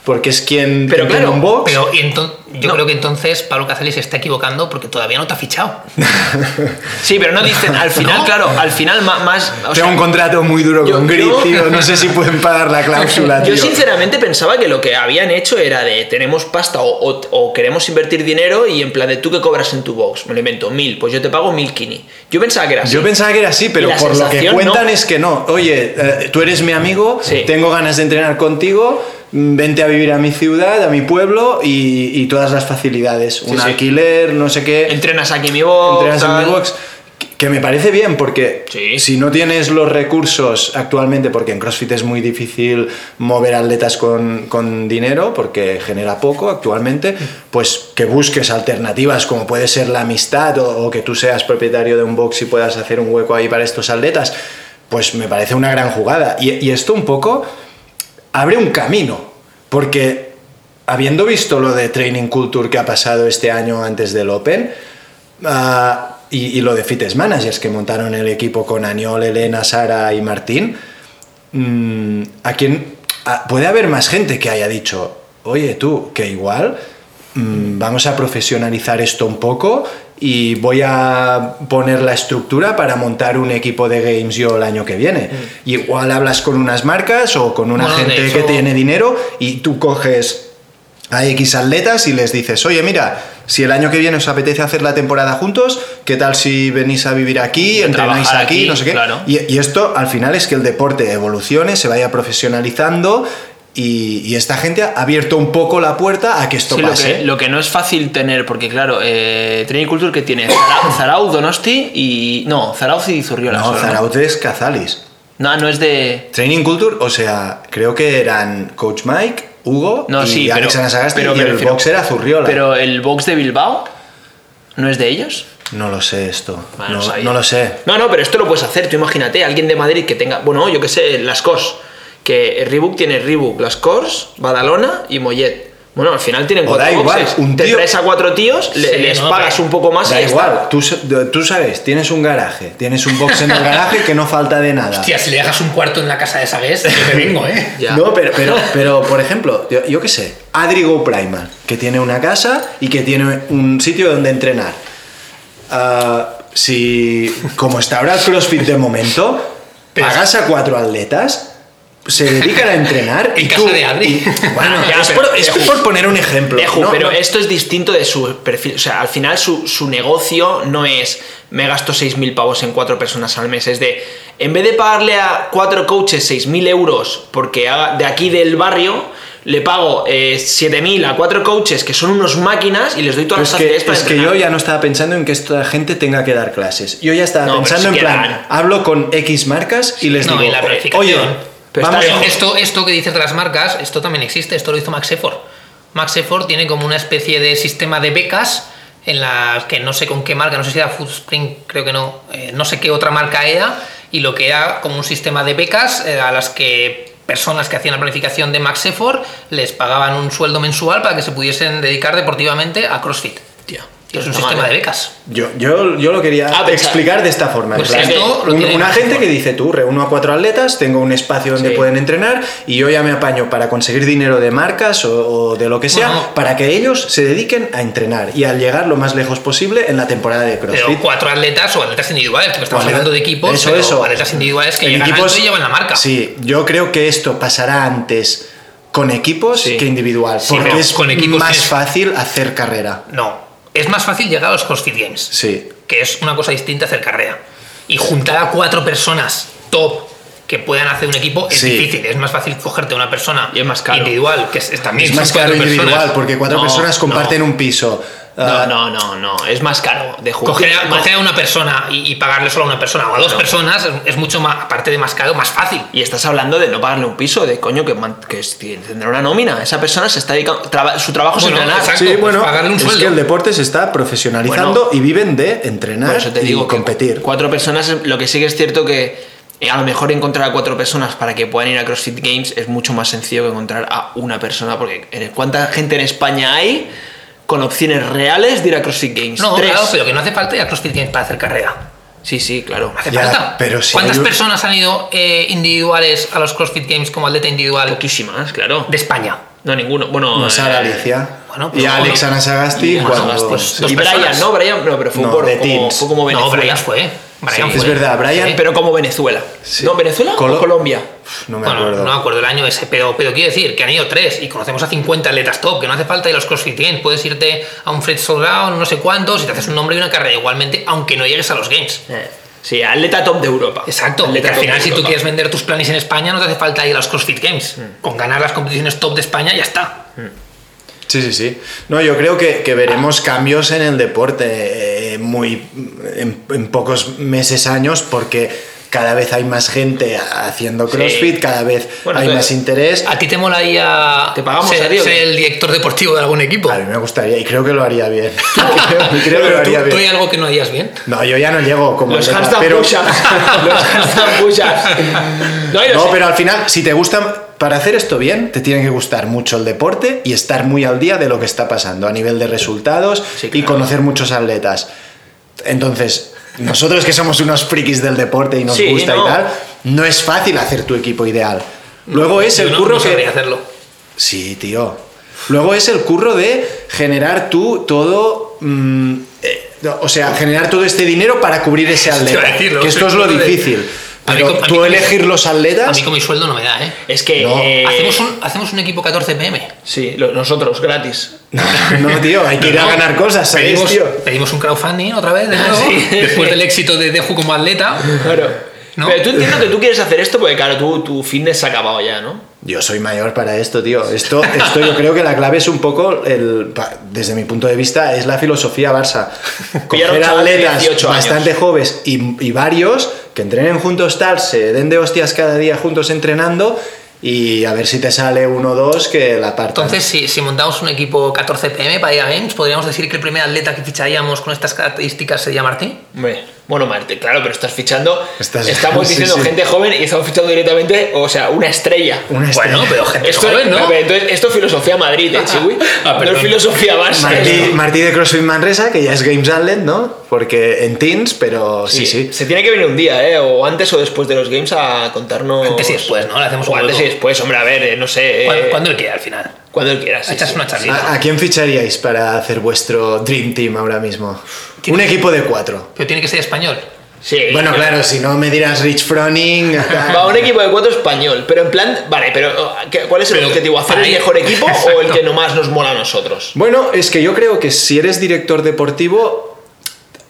Porque es quien Pero entrena claro, un box. Pero y enton- yo No. creo que entonces Pablo Caceres se está equivocando porque todavía no te ha fichado. Sí, pero no dicen, al final, claro, al final ma- más. o Tengo sea, un contrato muy duro yo- con Grit, yo- tío. No sé si pueden pagar la cláusula, tío. yo sinceramente pensaba que lo que habían hecho era de tenemos pasta o, o- o queremos invertir dinero y en plan de tú que cobras en tu box, me lo invento, mil, pues yo te pago mil kini. Yo pensaba que era así. Yo pensaba que era así, Y pero la por lo que sensación, cuentan no. es que no. Oye, eh, tú eres mi amigo, Sí. tengo ganas de entrenar contigo, mm, vente a vivir a mi ciudad, a mi pueblo y, y todas las facilidades. Un sí. alquiler, no sé qué, Entrenas aquí en mi box. entrenas en tal. mi box. Que- Que me parece bien porque Sí. si no tienes los recursos actualmente, porque en CrossFit es muy difícil mover atletas con, con dinero, porque genera poco actualmente, pues que busques alternativas como puede ser la amistad o, o que tú seas propietario de un box y puedas hacer un hueco ahí para estos atletas, pues me parece una gran jugada. Y, y esto un poco abre un camino, porque habiendo visto lo de Training Culture que ha pasado este año antes del Open, Ah, y, y lo de Fites Managers, que montaron el equipo con Aniol, Elena, Sara y Martín. Mm, ¿A quién? a- puede haber más gente que haya dicho, oye tú, que igual mm, vamos a profesionalizar esto un poco y voy a poner la estructura para montar un equipo de games yo el año que viene. Y Igual hablas con unas marcas o con una Bueno, Mm. de gente que hecho- tiene dinero y tú coges a X atletas y les dices, oye, mira, si el año que viene os apetece hacer la temporada juntos, ¿qué tal si venís a vivir aquí, entrenáis trabajar aquí, aquí, no sé qué? claro. Y, y esto al final es que el deporte evolucione, se vaya profesionalizando y, y esta gente ha abierto un poco la puerta a que esto Sí, lo pase. que, lo que no es fácil tener, porque claro, eh, Training Culture que tiene Zara- Zarau, Donosti y. No, Zarau y Zurriola. No, solo, Zarautz es Cazalis. No, no es de. Training Culture, o sea, creo que eran Coach Mike, Hugo No, y sí, pero- Alex Anasagasti pero y me el refiero- box era Zurriola. Pero el box de Bilbao no es de ellos. No lo sé esto, Ah, no, sabía. no lo sé. No, no, pero esto lo puedes hacer. Tú imagínate, alguien de Madrid que tenga, bueno, yo que sé, las COS. Que Reebok tiene Reebok, las COS, Badalona y Mollet. Bueno, al final tienen O cuatro da igual, boxes. un Te tío- traes a cuatro tíos, le- Sí, les no, pagas pero- un poco más y Da ya igual, tú, sa- tú sabes, tienes un garaje, tienes un box en el garaje que no falta de nada. Hostia, si le dejas un cuarto en la casa de Sagues, yo te vengo, ¿eh? está. Ya. No, pero, pero, pero, por ejemplo, yo, yo qué sé, Adrigo Primal, que tiene una casa y que tiene un sitio donde entrenar. Ah, si, como está ahora el CrossFit de momento, pagas a cuatro atletas, se dedican a entrenar En y casa tú... de Adri. y- bueno, Ya, es, pero- por, es Eju. por poner un ejemplo. Eju, no- pero no- esto es distinto de su perfil. O sea, al final su, su negocio no es me gasto 6.000 pavos en cuatro personas al mes. Es de, en vez de pagarle a cuatro coaches 6.000 euros porque haga- de aquí del barrio, le pago eh, 7.000 a cuatro coaches que son unos máquinas y les doy Pero todas es las que, facilidades para es que entrenar. yo ya no estaba pensando en que esta gente tenga que dar clases. Yo ya estaba No, pero pensando sí en que plan, dan. hablo con X marcas y les No, digo, y la "Oye, planificación". oye, Pero vamos Pero está a- esto, esto que dices de las marcas, esto también existe, esto lo hizo Max Effort. Max Effort tiene como una especie de sistema de becas en las que no sé con qué marca, no sé si era Foodspring, creo que no, eh, no sé qué otra marca era, y lo que era como un sistema de becas eh, a las que personas que hacían la planificación de Max Effort les pagaban un sueldo mensual para que se pudiesen dedicar deportivamente a CrossFit. Hostia. que es un Está sistema mal. de becas. Yo, yo, yo lo quería Ah, pensaba. explicar de esta forma. en Pues plan, esto lo un- tiene una más gente mejor. que dice, tú, reúno a cuatro atletas, tengo un espacio donde Sí. pueden entrenar y yo ya me apaño para conseguir dinero de marcas o, o de lo que sea, Bueno. para que ellos se dediquen a entrenar y al llegar lo más lejos posible en la temporada de Pero CrossFit. cuatro atletas o atletas individuales, porque estamos Vale. hablando de equipos, Eso, pero eso. atletas individuales que En llegan equipos- alto y llevan la marca. Sí, yo creo que esto pasará antes con equipos Sí. que individual, Sí, porque pero es con equipos más tienes- fácil hacer carrera. No, es más fácil llegar a los CrossFit Games. Sí. que es una cosa distinta hacer carrera. Y juntar a cuatro personas top que puedan hacer un equipo es Sí. difícil. Es más fácil cogerte una persona Y es más caro. individual, que es, es también Es son más cuatro caro individual personas. porque cuatro No, personas comparten un piso. Ah, No, no, no, no. Es más caro de jugar. Coger a, No. coger a una persona y, y pagarle solo a una persona o a dos No. personas es, es mucho más, aparte de más caro, más fácil. Y estás hablando de no pagarle un piso, de coño, que, man- que es- que tendrá una nómina. Esa persona se está dedicando. traba- su trabajo Bueno, es entrenar. exacto. Sí, pues bueno, pagarle un es sueldo. que el deporte se está profesionalizando Bueno, y viven de entrenar Por pues eso te ¿Eh? y digo que competir. Cuatro personas, lo que sí que es cierto que eh, a lo mejor encontrar a cuatro personas para que puedan ir a CrossFit Games es mucho más sencillo que encontrar a una persona, porque en- ¿cuánta gente en España hay con opciones reales de ir a CrossFit Games? No, Tres. claro, pero que no hace falta ir a CrossFit Games para hacer carrera. Sí, sí, claro. Hace Ya, falta. pero si ¿Cuántas hay un- personas han ido eh, individuales a los CrossFit Games como atleta individual Poquísimas, claro. de España? No, ninguno. Bueno, No, Sara eh, Alicia bueno, y pues, Alex bueno. Anasagasti. y Bueno, cuando- Anasagasti. pues, sí. dos y Brian, personas. no, Brian, no, pero fue No, por de como, teams. fue como No, Venezuela. Brian fue. Brian Es fue. verdad, Brian, Sí. Pero como Venezuela. Sí. ¿No, Venezuela Colo- o Colombia? No me Bueno, acuerdo. no me acuerdo el año ese, pero, pero quiero decir que han ido tres y conocemos a 50 atletas top, que no hace falta ir a los CrossFit Games. Puedes irte a un Fred Showdown, no sé cuántos, y te haces un nombre y una carrera igualmente, aunque no llegues a los Games. Eh, Sí, atleta top de Europa. Exacto, Atleta que al top final de si tú Europa. quieres vender tus planes en España no te hace falta ir a los CrossFit Games. Mm. Con ganar las competiciones top de España ya está. Sí, sí, sí. No, yo creo que, que veremos cambios en el deporte eh, muy en, en pocos meses, años, porque cada vez hay más gente haciendo CrossFit, cada vez Bueno, hay pero- más interés. ¿A ti te molaría Te pagamos, ser, Darío, ser ¿qué? el director deportivo de algún equipo? A mí me gustaría y creo que lo haría bien. creo, creo que lo Pero tú, haría tú hay bien. algo que no harías bien. No, yo ya no llego como Los atleta, hashtag pero- push-ups. Los hashtag push-ups. No, y los- No, pero al final, si te gusta, para hacer esto bien, te tiene que gustar mucho el deporte y estar muy al día de lo que está pasando a nivel de resultados Sí, y claro. conocer muchos atletas. Entonces, nosotros que somos unos frikis del deporte y nos Sí, gusta no. y tal, no es fácil hacer tu equipo ideal. Luego es Yo el no- curro no que... sabría hacerlo. Sí, tío. Luego es el curro de generar tú todo. mm, eh, no, o sea, generar todo este dinero para cubrir ese iba a atleta. decir, luego que esto es es el lo curro de- difícil. A mí Pero con- a mí tú con- elegir los A atletas. mí con mi sueldo no me da, ¿eh? Es que. No. eh, Hacemos un, hacemos un equipo 14 PM. Sí, lo- nosotros, gratis. No, tío, hay que ir a No, ganar cosas, ¿sabéis, pedimos, tío? pedimos un crowdfunding otra vez, de nuevo, sí. después del éxito de Deju como atleta. Claro. ¿No? Pero tú entiendo que tú quieres hacer esto porque, claro, tú, tu fitness se ha acabado ya, ¿no? Yo soy mayor para esto, tío. Esto, esto yo creo que la clave es un poco, el, pa- desde mi punto de vista, es la filosofía Barça. Pillar a un Coger chaval de atletas 18 años. bastante jóvenes y, y varios que entrenen juntos tal, se den de hostias cada día juntos entrenando y a ver si te sale uno o dos que la parte. Entonces, si, si montamos un equipo 14 PM para ir a Games, podríamos decir que el primer atleta que ficharíamos con estas características sería Martín. Hombre, bueno, Marte, claro, pero estás fichando. Estás- estamos sí, diciendo sí. gente joven y estamos fichando directamente, o sea, una estrella. Una estrella. Bueno, pero gente Esto, joven, ¿no? pero entonces, esto es filosofía Madrid, ¿eh, Chiwi? Ah, no perdón. es filosofía Barça. ¿eh? Martí, Martí de CrossFit Manresa, que ya es Games Outlet, ¿no? Porque en Teens, pero sí, sí. Eh, Se tiene que venir un día, ¿eh? O antes o después de los games a contarnos. Antes y después, ¿no? Le hacemos O un antes y hueco. después, hombre, a ver, eh, no sé. eh, Cuando, cuando él quiera, al final. cuando quieras. sí, Echas sí. una charlita. ¿A, a quién ficharíais para hacer vuestro Dream Team ahora mismo? Tiene Un que- equipo de cuatro. Pero tiene que ser español. Sí. Bueno, claro, si no me dirás Rich Froning. Va un equipo de cuatro español, pero en plan, vale, pero oh, ¿qué- ¿cuál es el Pero- objetivo? ¿Hacer el ahí- mejor equipo o el Exacto. que nomás nos mola a nosotros? bueno, es que yo creo que si eres director deportivo,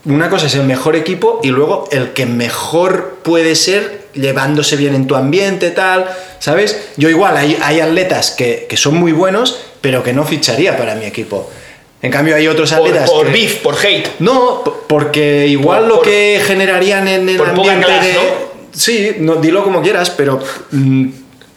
una cosa es el mejor equipo y luego el que mejor puede ser llevándose bien en tu ambiente, tal, ¿sabes? Yo igual, hay, hay atletas que, que son muy buenos, pero que no ficharía para mi equipo. En cambio, hay otros Por, atletas... por que- beef, por hate. No, p- porque igual Por- lo por- que generarían en el por poca ambiente clase, de. ¿no? Sí, no, dilo como quieras, pero mm,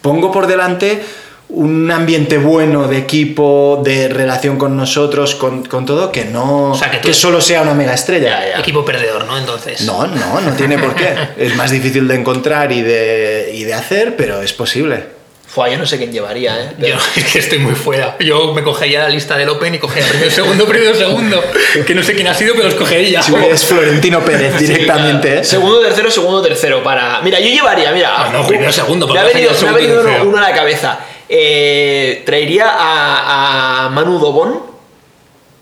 pongo por delante un ambiente bueno de equipo, de relación con nosotros, con, con todo, que no. sea, que tú- solo sea una mega estrella. Ya, ya. Equipo perdedor, ¿no? Entonces. No, no, no tiene por qué. es más difícil de encontrar y de, y de hacer, pero es posible. Fua, yo no sé quién llevaría, ¿eh? Yo es que estoy muy fuera. Yo me cogería la lista del Open y cogería primero, segundo, primero, segundo. Que no sé quién ha sido, pero los cogería. Si es Florentino Pérez directamente, ¿eh? Segundo, tercero, segundo, tercero. Para. Mira, yo llevaría, mira. Ah, no, primero, segundo, Me ha porque venido, ha me ha salido venido segundo, uno, tercero. uno a la cabeza. Eh, traería a, a Manu Dobón,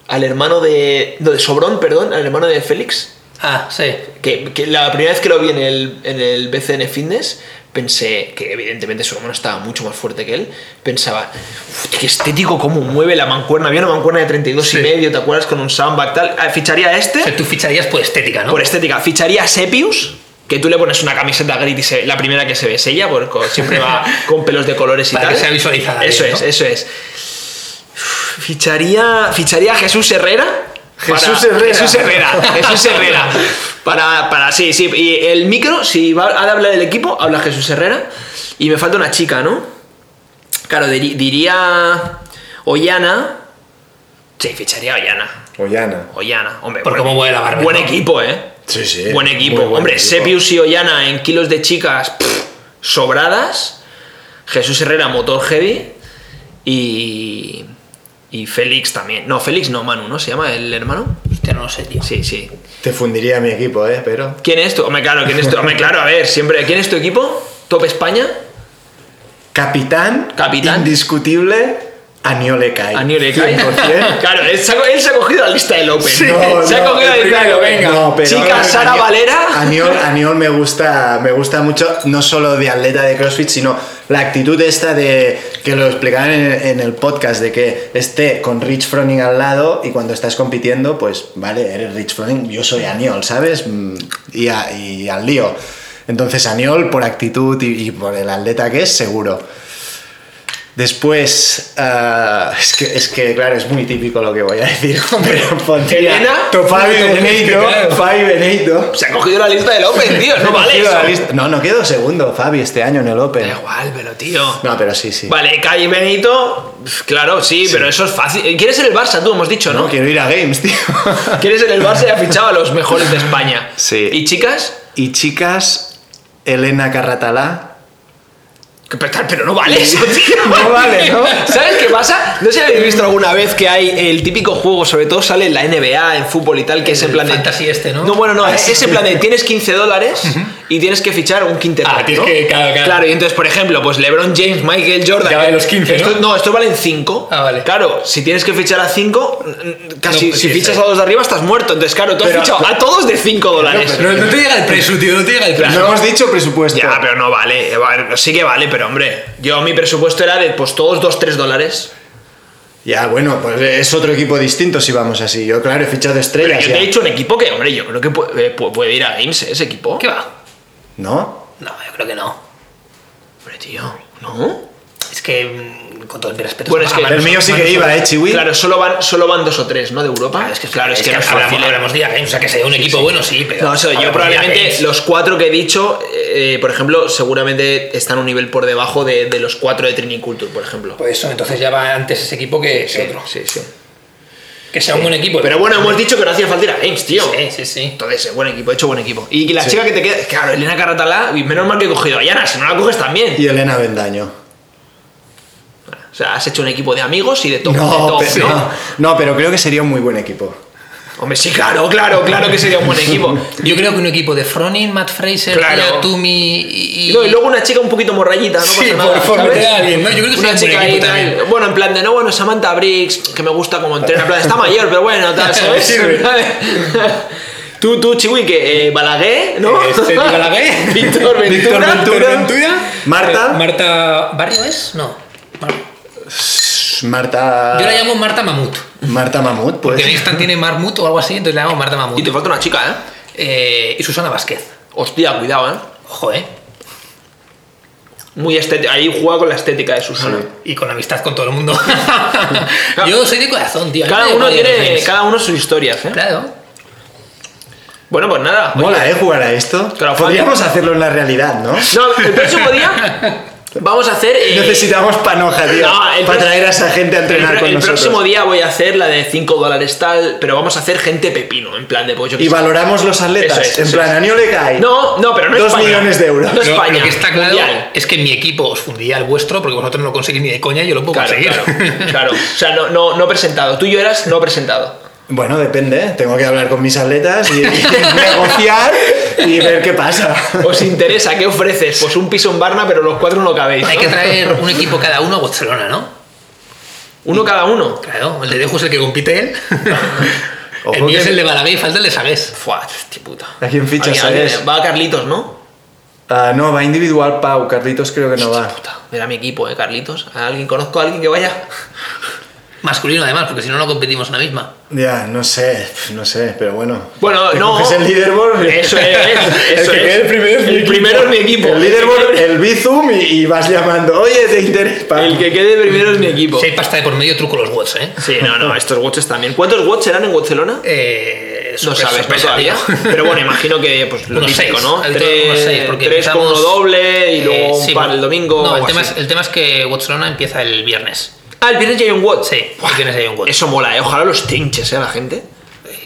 al hermano de. No, de Sobrón, perdón, al hermano de Félix. Ah, sí. Que, que la primera vez que lo vi en el, en el BCN Fitness, pensé que evidentemente su hermano estaba mucho más fuerte que él. Pensaba, "Uf, qué estético, cómo mueve la mancuerna. Había una mancuerna de 32 Sí. y medio, ¿te acuerdas? Con un soundback tal. Ah, Ficharía a este O sea, tú ficharías por estética, ¿no? por estética. Ficharía a Sepius, que tú le pones una camiseta gris y se- la primera que se ve es ella, porque co- siempre va con pelos de colores y Para tal. que sea visualizada Eso bien, es, ¿no? eso es. Ficharía, ficharía a Jesús Herrera. para- Jesús Herrera. Jesús Herrera. Jesús Herrera. Para, para, sí, sí. Y el micro, si va a hablar el equipo, habla Jesús Herrera. Y me falta una chica, ¿no? Claro, diri- diría Ollana. Sí, ficharía a Ollana. Ollana. Ollana, hombre. Por buen- cómo mueve la barba, Buen ¿no? equipo, ¿eh? Sí, sí. Buen equipo. Muy buen Hombre, equipo. Sepius y Ollana en kilos de chicas pff, sobradas. Jesús Herrera, motor heavy. Y. Y Félix también. No, Félix no, Manu, ¿no? ¿Se llama el hermano? Hostia, no lo sé, tío. Sí, sí. Te fundiría mi equipo, ¿eh? Pero. ¿Quién es tu? Hombre, claro, ¿quién es tu? Hombre, claro, a ver, siempre. ¿Quién es tu equipo? ¿Top España? Capitán. Capitán. Indiscutible. Aniole Kai. Aniel Ecai. 100%. Claro, él se, ha, co- él se ha cogido la lista del Open. No, se ha no, cogido la el lista del primero, Open. No, pero- Chica Sara Aniol- Valera. Aniol, Aniol me gusta, me gusta mucho, no solo de atleta de CrossFit, sino la actitud esta de que lo explicaban en, en el podcast, de que esté con Rich Froning al lado y cuando estás compitiendo, pues vale, eres Rich Froning, yo soy Aniol, ¿sabes? Mm, Y, a- y al lío. Entonces Aniol, por actitud y, y por el atleta que es, seguro. Después, ah, es, que, es que, claro, es muy típico lo que voy a decir, pero pondría Elena, Topabi es que Benito, claro. Fabi Benito. Se ha cogido la lista del Open, tío. No vale Quedó eso. la lista- No, no quedó segundo, Fabi, este año en el Open. Da igual, pero tío. No, pero sí, sí. Vale, Kai Benito, pf, claro, sí, pero eso es fácil. Eh, ¿Quieres ser el Barça? Tú hemos dicho, ¿no? No, quiero ir a Games, tío. ¿Quieres ser el Barça y ha fichado a los mejores de España? Sí. ¿Y chicas? y chicas, Elena Carratalá. Que- Pero, pero no vale eso, tío. No vale, ¿no? ¿Sabes qué pasa? No sé si habéis visto alguna vez que hay el típico juego, sobre todo sale en la NBA, en fútbol y tal, que es en El plan de. fantasy este, ¿no? No, bueno, no, es ese plan de tienes 15 dólares y tienes que fichar un quinteto. Ah, tienes ¿no? que- claro, claro. y entonces, por ejemplo, pues LeBron James, Michael Jordan. Ya vale los 15, ¿no? Esto- no, estos valen 5. Ah, vale. Claro, si tienes que fichar a 5, casi No, pues si sí, fichas sí. a dos de arriba estás muerto. Entonces, claro, tú has Pero- fichado a todos de 5 dólares. Pero no te llega el preso, tío, no te llega el preso. No hemos dicho presupuesto. Ya, pero no vale. Eh, va- Sí que vale, pero hombre, yo mi presupuesto era de pues todos 2-3 dólares. Ya, bueno, pues es otro equipo distinto si vamos así. Yo, claro, he fichado Pero estrellas. yo te he ya. dicho un equipo que, hombre, yo creo que pu- eh, pu- puede, ir a Games ¿eh? ese equipo. ¿Qué va? ¿No? No, yo creo que no. Hombre, tío, ¿no? Es que, mm, con todo el respeto... Bueno, es que- El mío sí que iba, ¿eh, Chiwi? Claro, solo van, solo van dos o tres, ¿no? De Europa. Es que, claro, es que, no es hablamos, fácil, ¿eh? hablamos de Liga Games, o sea, que sea un equipo bueno, sí, pero... No, o sea, yo hablamos de Liga probablemente Games. los cuatro que he dicho, eh, eh, por ejemplo, seguramente están un nivel por debajo de, de los cuatro de Triniculture, por ejemplo. Pues eso, entonces ya va antes ese equipo que, que otro. Sí, sí. Que sea un buen equipo. Pero bueno, hemos dicho que no hacía falta ir a Games, tío. Sí, sí, sí. Entonces, eh, buen equipo, he hecho buen equipo. Y la chica que te queda, claro, Elena Carratalá, y menos mal que he cogido a Yana, si no la coges también. Y Elena Bendaño. O sea, has hecho un equipo de amigos y de top, de No, top, pero, ¿no? no, pero creo que sería un muy buen equipo. Hombre, sí, claro, claro, claro que sería un buen equipo. Yo creo que un equipo de Fronin, Matt Fraser, Claro. Tumi y... Y no, y luego una chica un poquito morrayita, no Sí, pasa nada. por favor, ¿sabes? meter a alguien, ¿no? Yo creo que una sería chica un buen ahí, equipo tal. también. bueno, en plan de, no, bueno, Samantha Briggs, que me gusta como entrena, en plan, está mayor, pero bueno, tal, ¿sabes? Sirve. ¿Sabes? Tú, tú, Chiwi, que eh, Balaguer, ¿no? Este, Balaguer. Víctor Ventura. Víctor Ventura. Eh, Marta. Marta Barrio es? No. Mar- Marta. Yo la llamo Marta Mamut. Marta Mamut, Que en pues. Instagram tiene Marmut o algo así, entonces la llamo Marta Mamut. Y te falta una chica, ¿eh? Eh, y Susana Vázquez. Hostia, cuidado, ¿eh? Ojo, ¿eh? Muy estética. Ahí juega con la estética de Susana. Y con amistad con todo el mundo. Yo soy de corazón, tío. A mí me Cada da uno igual los tiene games. cada uno sus historias, ¿eh? Claro. Bueno, pues nada. Mola, ¿eh? Jugar a esto. Crowdfunding. Podríamos hacerlo en la realidad, ¿no? No, el próximo día Vamos a hacer. eh, Necesitamos panoja, tío. No, el para pro- traer a esa gente a entrenar el, con el nosotros. próximo día voy a hacer la de 5 dólares tal, pero vamos a hacer gente pepino, en plan de pues, pollo. Y valoramos los atletas. Eso es, en eso plan, es. a Nio le cae. No, no, pero no Dos España. millones de No euros. No, España. Lo que está claro mundial. es que mi equipo os fundiría el vuestro porque vosotros no lo conseguís ni de coña, yo lo puedo Claro, conseguir. claro, claro. O sea, no, no, no presentado. Tú y yo eras no presentado. Bueno, depende. ¿eh? Tengo que hablar con mis atletas y, y negociar y ver qué pasa. ¿Os interesa? ¿Qué ofreces? Pues un piso en Barna, pero los cuatro no cabéis. Hay ¿no? que traer un equipo cada uno a Barcelona, ¿no? Uno cada uno. Claro, el de Dejo es el que compite él. Ojo el mío que- es el de Balabé y falta el de Sabés. Fua, hostia puta. ¿A quién fichas, Alguien- sabes? alguien- Va a Carlitos, ¿no? Ah, no, va individual Pau. Carlitos creo que no va. Puta, era mi equipo, ¿eh? Carlitos. ¿A alguien conozco a alguien que vaya? Masculino además, porque si no, no competimos en la misma. Ya, no sé, no sé, pero bueno. Bueno, Te no. coges el leaderboard. Eso es, eso el que es. quede el primero es mi El equipo. primero es mi equipo. El leaderboard, el bizum y, y vas llamando. Oye, te interesa. Pau?". El que quede primero es mi equipo. Si hay pasta de por medio, truco los watts, ¿eh? Sí, no, no, estos watches también. ¿Cuántos watches eran en Barcelona? Eh, No sorpresa, sabes, no sorpresa, todavía. tío. Pero bueno, imagino que pues, lo Unos típico, seis, ¿no? al todo Tres, unos seis, porque tres con uno empezamos, doble y eh, luego un sí, par el domingo. No, o el tema, así. es, el tema es que Barcelona empieza el viernes. Ah, el viernes ya hay un watch. Sí, el viernes hay un watch. Eso mola, ¿eh? Ojalá los trinches, ¿eh? La gente.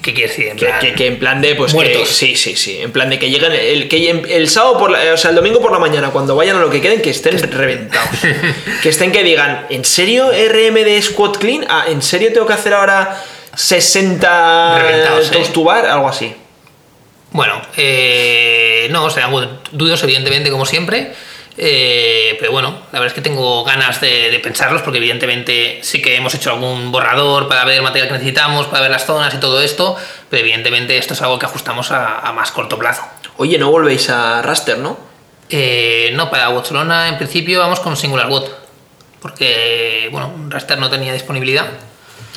¿Qué quiere decir? En Que, plan- que- que en plan de, pues. Que, Muertos. sí, sí, sí. En plan de que lleguen. El, que el, sábado, por la- eh, o sea, el domingo por la mañana, cuando vayan a lo que queden, que estén reventados. que estén que digan, ¿en serio RM de Squat Clean? Ah, ¿en serio tengo que hacer ahora 60 Reventados, ¿eh? toes to bar? Algo así. Bueno, eh, no, serán dudos, evidentemente, como siempre. eh, pero bueno, la verdad es que tengo ganas de, de pensarlos porque evidentemente sí que hemos hecho algún borrador para ver el material que necesitamos, para ver las zonas y todo esto, pero evidentemente esto es algo que ajustamos a, a más corto plazo. Oye, no volvéis a Raster, ¿no? Eh, no, para Barcelona en principio vamos con Singular Bot, porque bueno, Raster no tenía disponibilidad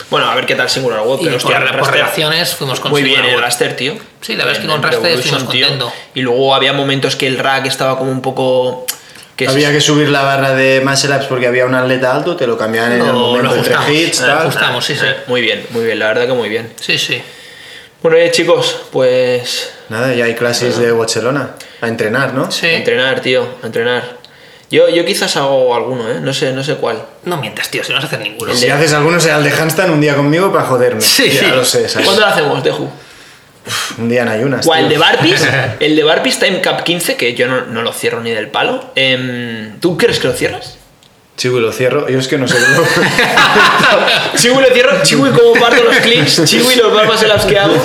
Bueno, a ver qué tal Singular World, y pero hostia, por, por Raster- relaciones fuimos con Muy bien Singular el Bot. Raster, tío. Sí, la verdad es que En- con en Raster Revolution, estuvimos tío. contento. Y luego había momentos que el rack estaba como un poco... Que se- Había que subir la barra de muscle ups porque había un atleta alto, te lo cambiaban en el Lo- lo momento entre ajustamos, hits, lo tal. Ah, ajustamos. estamos, sí, sí. Muy bien, muy bien, la verdad que muy bien. Sí, sí. Bueno, eh, chicos, pues... Nada, ya hay clases de Barcelona. A entrenar, ¿no? Sí. a Entrenar, tío, a entrenar. Yo, yo quizás hago alguno, ¿eh? No sé, no sé cuál. No mientas, tío, si no vas a hacer ninguno. Pues Si haces alguno será el de Hamstan un día conmigo para joderme. Sí. Ya lo sé, ¿sabes? ¿Cuándo lo hacemos, Deju? Un día en ayunas. O el de tío. Barpis, el de Barpis Time Cup 15, que yo no, no lo cierro ni del palo. Em, ¿Tú crees que lo cierras? Chiwi, lo cierro. Yo es que no sé. Chiwi lo cierro, Chiwi como parto los clips, Chiwi los barbas en las que hago.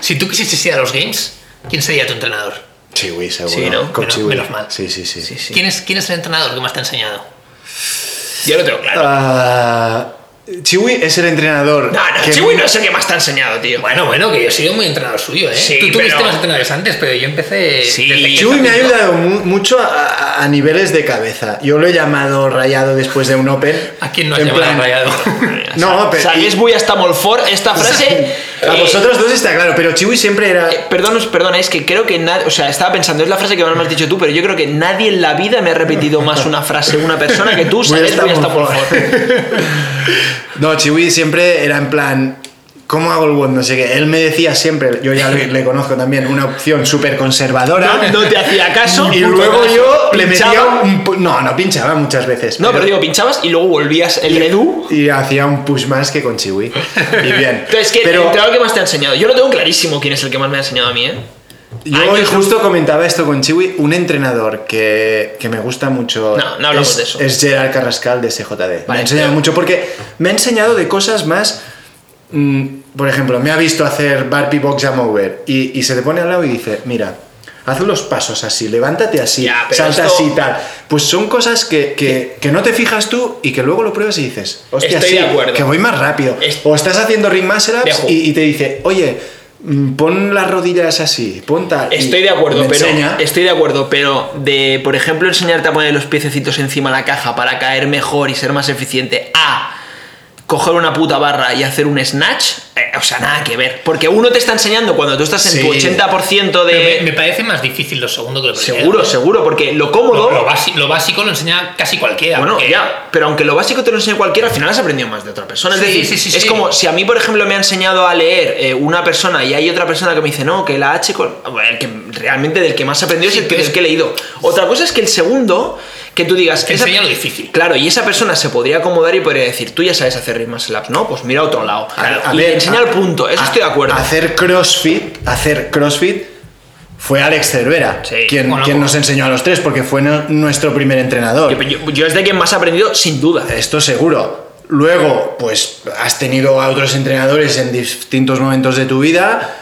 Si tú quisieses ir a los games, ¿quién sería tu entrenador? Chiwi, seguro. Sí, ¿no? Con Menos- Chiwi. menos mal. Sí, sí, sí. Sí, sí. ¿Quién, es, ¿Quién es el entrenador que más te ha enseñado? Yo lo tengo claro. Ah, Chiwi es el No, entrenador. no, que- Chiwi no es el que más te ha enseñado, tío. Bueno, bueno, que yo he sido muy entrenador suyo, ¿eh? Sí, tú tuviste pero- más entrenadores antes, pero yo empecé. Sí. desde que Chuy me ha empecé, ¿no? ayudado mu- mucho a, a- a niveles de cabeza. Yo lo he llamado rayado después de un Open. ¿A quién no has En llamado plan- rayado? No, pero. Sabéis, voy hasta Molfort, esta frase. a eh, vosotros dos está claro, pero Chiwi siempre era. eh, Perdón, os- perdona, es que creo que nadie. O sea, estaba pensando, es la frase que más me has dicho tú, pero yo creo que nadie en la vida me ha repetido más una frase, una persona que tú, Voy sabes, hasta voy hasta Molfort. Montfort. No, Chiwi siempre era en plan. ¿Cómo hago el WOD? No sé qué. Él me decía siempre, yo ya le, le conozco también, una opción súper conservadora. No te hacía caso. y puto luego caso. yo le metía Pinchaba. un. pu- No, no pinchaba muchas veces. No, pero digo, pinchabas y luego volvías el Edu. Y hacía un push más que con Chiwi. Y bien. Entonces, ¿qué, el pero entrenador que más te ha enseñado? Yo lo tengo clarísimo quién es el que más me ha enseñado a mí, ¿eh? yo Ay, hoy qué justo comentaba esto con Chiwi, un entrenador que, que me gusta mucho. No, no hablamos es, de eso. Es Gerard Carrascal de SJD. me Vale, ha enseñado pero- mucho porque me ha enseñado de cosas más. mm, por ejemplo, me ha visto hacer Barbie Box Jam Over y, y se te pone al lado y dice: Mira. Haz los pasos así, levántate así, Ya, pero salta esto- así y tal. Pues son cosas que, que- que no te fijas tú y que luego lo pruebas y dices, hostia, Estoy sí, de acuerdo. que voy más rápido. Es- O estás haciendo ring muscle ups Dejo. y, y te dice, oye, mm, pon las rodillas así, pon tal. y Estoy de acuerdo, me pero. enseña. Estoy de acuerdo, pero de, por ejemplo, enseñarte a poner los piececitos encima de la caja para caer mejor y ser más eficiente a coger una puta barra y hacer un snatch, eh, o sea, nada que ver. Porque uno te está enseñando cuando tú estás en Sí. tu 80% Pero me, de. me parece más difícil lo segundo que lo primero. Seguro, seguro, porque lo cómodo. Lo, lo basi- lo básico lo enseña casi cualquiera. Bueno, porque- ya, pero aunque lo básico te lo enseñe cualquiera, al final has aprendido más de otra persona. Es Sí, decir, sí, sí, es sí. como si a mí, por ejemplo, me ha enseñado a leer eh, una persona y hay otra persona que me dice, no, que la H con. Bueno, el que realmente del que más he aprendido es el que, pero- es que he leído. Otra cosa es que el segundo, que tú digas. Te enseña lo difícil. Claro, y esa persona se podría acomodar y podría decir, tú ya sabes hacer Rimas Labs, ¿no? Pues mira a otro lado. Claro, a y ver, enseña a- el punto, eso a- estoy de acuerdo. Hacer crossfit, hacer crossfit fue Alex Cervera, Sí, quien, bueno, quien bueno. nos enseñó a los tres, porque fue no- nuestro primer entrenador. Yo, yo- yo es de quien más he aprendido, sin duda. Eh, Esto seguro. Luego, pues has tenido a otros entrenadores en distintos momentos de tu vida.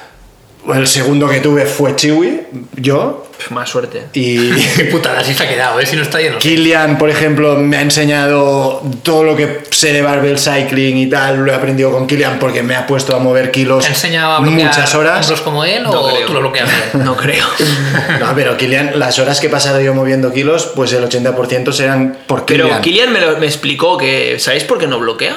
El segundo que tuve fue Chiwi, yo, Pff, Más suerte. y Qué putada, si se ha quedado, ¿eh? Si no está lleno. Kilian, por ejemplo, me ha enseñado todo lo que sé de barbell cycling y tal. Lo he aprendido con Kilian porque me ha puesto a mover kilos ¿Te ha enseñado a bloquear muchas horas. hombros como él No o creo. tú lo bloqueas ¿eh? bien? No creo. No, pero Kilian, las horas que he pasado yo moviendo kilos, pues el 80% serán por Kilian. Pero Kilian me, lo- me explicó que, ¿sabéis por qué no bloquea?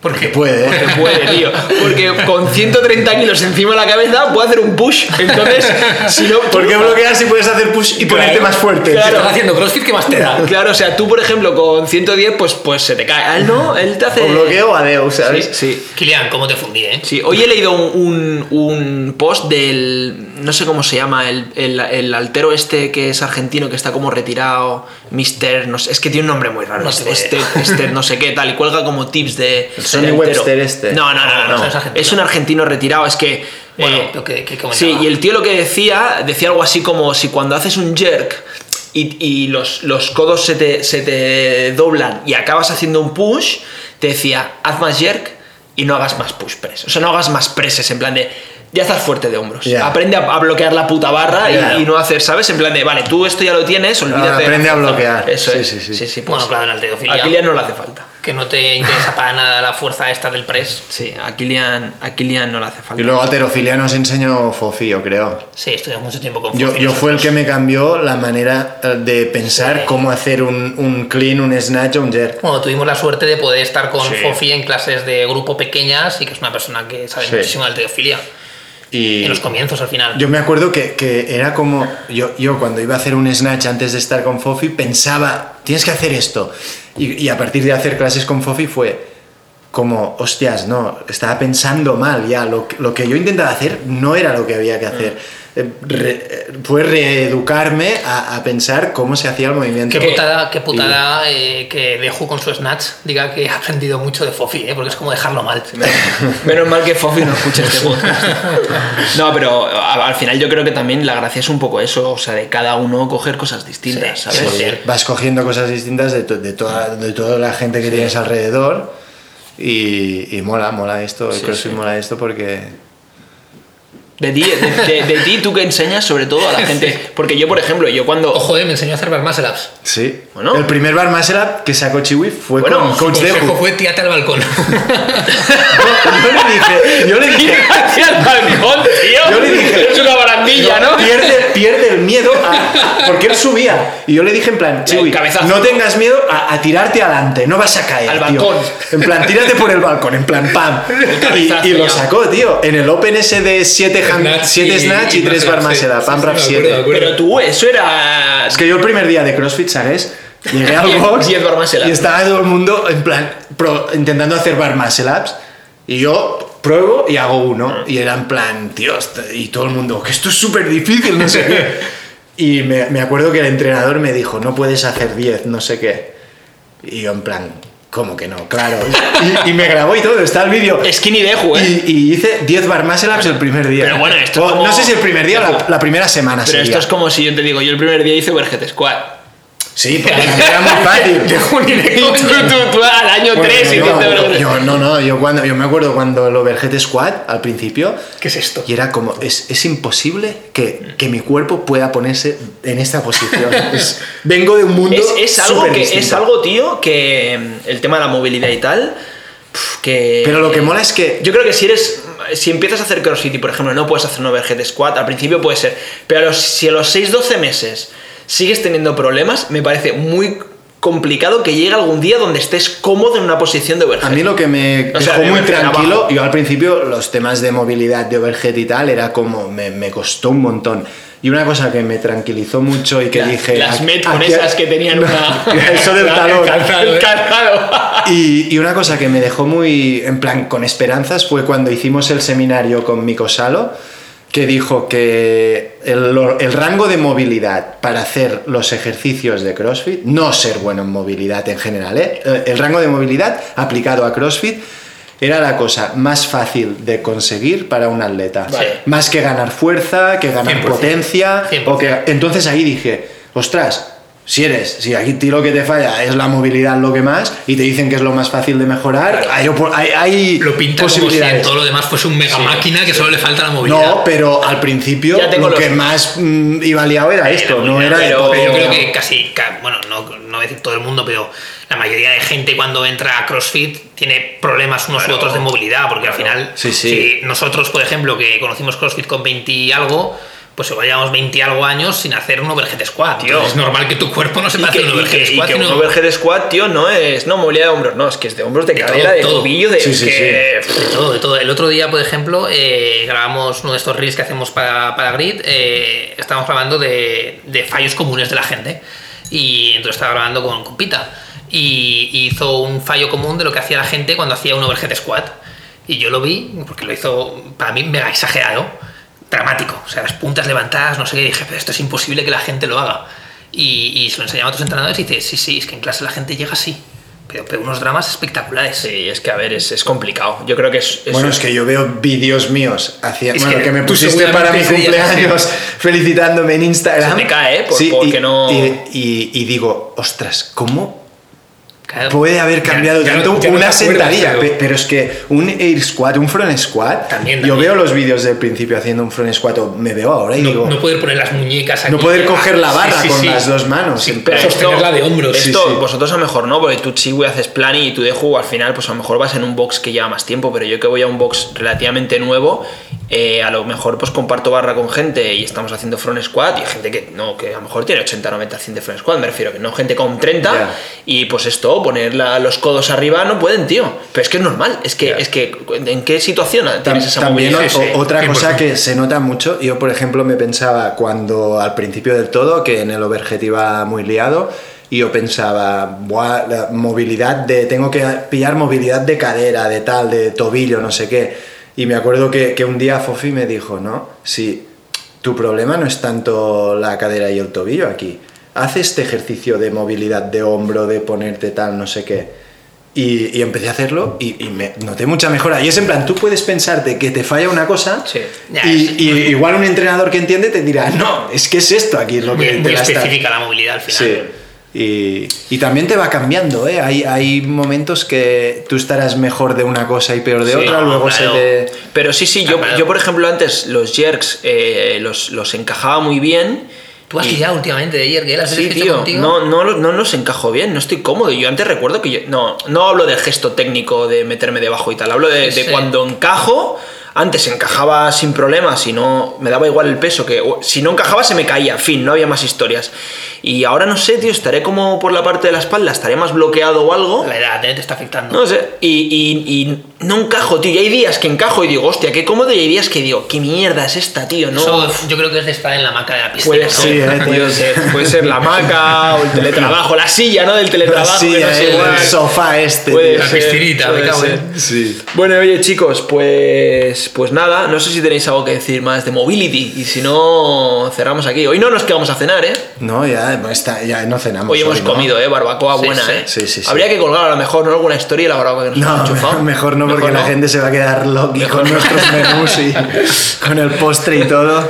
Porque puede, ¿eh? Porque puede, tío. Porque con 130 kilos encima de la cabeza puede hacer un push. Entonces, si no. ¿Por qué bloquear si puedes hacer push y ponerte más fuerte? Claro. Estás haciendo crossfit, ¿qué más te da? Claro, o sea, tú, por ejemplo, con 110, pues, pues se te cae. A él no, él te hace. O bloqueo o adeu, Sí, ¿sabes? sí. Kilian, ¿cómo te fundí, eh? Sí, hoy he leído un, un- un post del. No sé cómo se llama, el, el- el altero este que es argentino, que está como retirado. Mister, no sé, es que tiene un nombre muy raro. No este, tengo este, idea. este no sé qué, tal. Y cuelga como tips de. El Sonny del altero. Webster este. No, no, no, no. No, no. es argentino. Es un argentino retirado, es que. Bueno, eh, pero que- que sí, comentaba. y el tío lo que decía, decía algo así como si cuando haces un jerk y, y los, los codos se te, se te doblan y acabas haciendo un push, te decía, haz más jerk y no hagas más push press. O sea, no hagas más presses, en plan de, ya estás fuerte de hombros. Ya. Aprende a, a bloquear la puta barra y- Ya. y, no hacer, ¿sabes? En plan de, vale, tú esto ya lo tienes, olvídate. de aprende a hacer fuerza". bloquear. Eso Sí, es. sí, sí. pues, Bueno, claro, en halterofilia. a Kylian no le hace falta. Que no te interesa para nada la fuerza esta del press. Sí, a Kylian, a Kylian no le hace falta. Y luego alterofilia nos enseñó Fofi, yo creo. Sí, estuve mucho tiempo con Yo, Fofi. yo fue el que me cambió la manera eh, de pensar Sí. cómo hacer un, un clean, un snatch o un jerk. Bueno, tuvimos la suerte de poder estar con Sí. Fofi en clases de grupo pequeñas y que es una persona que sabe Sí. muchísimo de halterofilia. Y En los comienzos, al final. yo me acuerdo que, que era como, yo, yo cuando iba a hacer un snatch antes de estar con Fofi pensaba, tienes que hacer esto. Y, y a partir de hacer clases con Fofi fue como, hostias, no, estaba pensando mal ya, lo, que- lo que yo intentaba hacer no era lo que había que hacer. Eh, re- eh, fue reeducarme a, a pensar cómo se hacía el movimiento. Qué putada, qué putada eh, que Deju con su snatch diga que ha aprendido mucho de Fofi, eh, porque es como dejarlo mal. Menos mal que Fofi no escucha este podcast. No, pero a- al final yo creo que también la gracia es un poco eso, o sea, de cada uno coger cosas distintas, Sí, ¿sabes? sí. vas cogiendo cosas distintas de, to- de, toda, de toda la gente que tienes alrededor y, y mola, mola esto, el crossfit mola esto porque... De ti, de, de- de ti tú que enseñas sobre todo a la gente. Porque yo, por ejemplo, yo cuando... Ojo, eh, me enseñó a hacer bar muscle ups. Sí. Bueno. El primer bar muscle up que sacó Chiwi fue Bueno, con Coach consejo Pues Deju. fue tírate al balcón. Yo le dije, yo le dije, Gracias al balcón, tío. Yo le dije- Es una barandilla, ¿no? Pierde, pierde el miedo a- porque él subía. Y yo le dije en plan, Chiwi, cabezazo. no tengas miedo a, a tirarte adelante, no vas a caer. Al tío". balcón. En plan, tírate por el balcón, en plan, pam. cabezazo, Y, y lo ya. sacó, tío. En el Open S de 7 Snatch y- snatch y y 3 muscle bar up, sí. más edad, Sí, pam sí, rap me acuerdo, 7. me acuerdo. Pero tú, eso era... Es que yo el primer día de CrossFit, ¿sabes? Llegué al Diez- box diez bar muscle up. y estaba todo el mundo en plan pro- intentando hacer bar muscle ups y yo pruebo y hago uno Mm. y era en plan, tío, esto- y todo el mundo, que esto es súper difícil, no sé qué. Y me, me acuerdo que el entrenador me dijo, no puedes hacer 10, no sé qué. Y yo en plan, ¿cómo que no? Claro. Y, y me grabó y todo, está el vídeo. Skinny de ¿eh? juego, Y, y hice 10 bar muscle ups el primer día. Pero bueno, esto es O, como- No sé si el primer día o la, la primera semana Pero sería. esto es como si yo te digo, yo el primer día hice overhead squat. Sí, porque era muy fácil. Y tú, tú- tú al año Bueno, 3 yo, hiciste yo- overhead yo- no, no, yo, cuando, yo me acuerdo cuando el overhead squat al principio ¿Qué es esto? y era como, es, es imposible que, que mi cuerpo pueda ponerse en esta posición. Es- vengo de un mundo es, es algo súper que es distinto. algo tío que mm, el tema de la movilidad y tal pf, que Pero lo que mola es que yo creo que si eres si empiezas a hacer crossfit y por ejemplo no puedes hacer un overhead squat al principio puede ser pero a los- si a los 6-12 meses sigues teniendo problemas me parece muy complicado que llegue algún día donde estés cómodo en una posición de overhead A mí lo que me O sea, dejó de muy overhead tranquilo, abajo. yo al principio los temas de movilidad, de overhead y tal, era como, me, me costó un montón. Y una cosa que me tranquilizó mucho y que La- dije... las "Aquí- Met con aquí- esas que tenían una Eso del la- talón. el calzado, El Y, y una cosa que me dejó muy en plan con esperanzas fue cuando hicimos el seminario con Mikosalo que dijo que el, el, rango de movilidad para hacer los ejercicios de CrossFit, no ser bueno en movilidad en general, ¿eh? el rango de movilidad aplicado a CrossFit era la cosa más fácil de conseguir para un atleta. Vale. Más que ganar fuerza, que ganar 100%, potencia. 100%. O que... Entonces ahí dije, ostras, si eres, si aquí lo que te falla es la movilidad lo que más y te dicen que es lo más fácil de mejorar, claro. hay, hay, lo pinta posibilidades. Como si todo lo demás fuese un mega sí. máquina que solo le falta la movilidad. No, pero al principio lo los... que más mmm, iba liado era esto, era no era pero, todo, pero yo creo que casi, bueno, no, no voy a decir todo el mundo, pero la mayoría de gente cuando entra a CrossFit tiene problemas unos claro. u otros de movilidad, porque claro. al final, sí, sí. si nosotros, por ejemplo, que conocimos CrossFit con 20 y algo, pues igual llevamos 20 y algo años sin hacer un overhead squat, tío. es normal que tu cuerpo no se hacer un overhead y squat. Que, y que un overhead squat, tío, no es no movilidad de hombros, no, es que es de hombros, de, de cadera, todo, de todo. tobillo, de, sí, sí, que... sí. de todo, de todo. El otro día, por ejemplo, eh, grabamos uno de estos reels que hacemos para, para Grid, eh, estábamos grabando de, de, fallos comunes de la gente. Y entonces estaba grabando con, con Pita. Y, y hizo un fallo común de lo que hacía la gente cuando hacía un overhead squat. Y yo lo vi, porque lo hizo para mí mega exagerado dramático. O sea, las puntas levantadas, no sé qué. dije, pero esto es imposible que la gente lo haga. Y, y se lo enseñaba a otros entrenadores y dice, sí, sí, es que en clase la gente llega así. Pero, pero unos dramas espectaculares. Sí, es que a ver, es, es complicado. Yo creo que es. es bueno, es que yo veo vídeos míos hacia. Es bueno, que, que me pusiste para mi cumpleaños felicitándome en Instagram. Se me cae, por, sí, porque y, no. Y, y digo, ostras, ¿cómo Claro. Puede haber cambiado ya, ya tanto ya no, una no sentadilla, pero, pero es que un air squat, un front squat, también, yo veo los vídeos del principio haciendo un front squat, o me veo ahora y no, digo... No poder poner las muñecas aquí, Ah, No poder coger la barra sí, sí, con sí. las dos manos. pero sostenerla de hombros. Esto, vosotros a lo mejor no, porque tú chiwi haces plan y tú de juego al final pues a lo mejor vas en un box que lleva más tiempo, pero yo que voy a un box relativamente nuevo eh, a lo mejor pues comparto barra con gente y estamos haciendo front squat y hay gente que no, que a lo mejor tiene 80, 90, 100 de front squat, me refiero que no, gente con 30 yeah. y pues esto, poner la, los codos arriba no pueden, tío. Pero es que es normal, es que, yeah. es que ¿en qué situación tienes Tam, esa También movilidad? O, otra cosa que se nota mucho, yo por ejemplo me pensaba cuando al principio del todo, que en el overhead iba muy liado, y yo pensaba, Buah, la movilidad de, tengo que pillar movilidad de cadera, de tal, de tobillo, no sé qué. Y me acuerdo que, que, un día Fofi me dijo, ¿no? Si tu problema no es tanto la cadera y el tobillo aquí, haz este ejercicio de movilidad de hombro, de ponerte tal, no sé qué. Y, y empecé a hacerlo y, y, me noté mucha mejora. Y es en plan, tú puedes pensarte que te falla una cosa sí. y, y, igual un entrenador que entiende te dirá, no, es que es esto aquí lo que muy, te muy la específica está... la movilidad al final. Sí. Y, y, también te va cambiando, ¿eh? Hay, hay, momentos que tú estarás mejor de una cosa y peor de sí, otra, luego claro. se te... Pero sí, sí, yo, yo, por ejemplo antes los jerks eh, los, los, encajaba muy bien. Tú has liado últimamente de jerk, ¿eh? ¿Las sí, tío, no, no, no los encajo bien, no estoy cómodo. Yo antes recuerdo que yo... No, no hablo del gesto técnico de meterme debajo y tal, hablo de, sí, de sí. cuando encajo antes encajaba sin problemas y no me daba igual el peso que si no encajaba se me caía fin no había más historias y ahora no sé tío estaré como por la parte de la espalda estaré más bloqueado o algo la edad ¿eh? te está afectando no sé y, y, y, no encajo tío y hay días que encajo y digo hostia qué cómodo y hay días que digo qué mierda es esta tío no Eso, yo creo que es de estar en la maca de la piscina puede ser, sí, eh, puede, ser puede ser la maca o el teletrabajo la silla no del teletrabajo la silla, no sé, el, el, sofá este puede la ser, piscinita puede me cago ser. En... Sí. bueno oye chicos pues pues nada, no sé si tenéis algo que decir más de Mobility y si no, cerramos aquí. Hoy no nos quedamos a cenar, ¿eh? No, ya, pues está, ya no cenamos. Hoy hemos ¿no? comido, ¿eh? Barbacoa sí, buena, sí. ¿eh? Sí, sí, sí, Habría que colgar a lo mejor ¿no? alguna historia de la barbacoa que nos no, mejor, mejor no, porque mejor la no. gente se va a quedar loca con nuestros menús y con el postre y todo.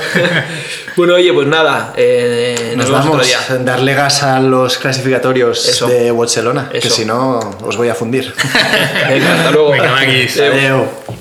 bueno, oye, pues nada, eh, nos, nos vamos vamos otro día. darle gas a los clasificatorios Eso. de Barcelona, que Eso. si no os voy a fundir. Venga, hasta luego. Eh, Venga, Maquis. Adiós.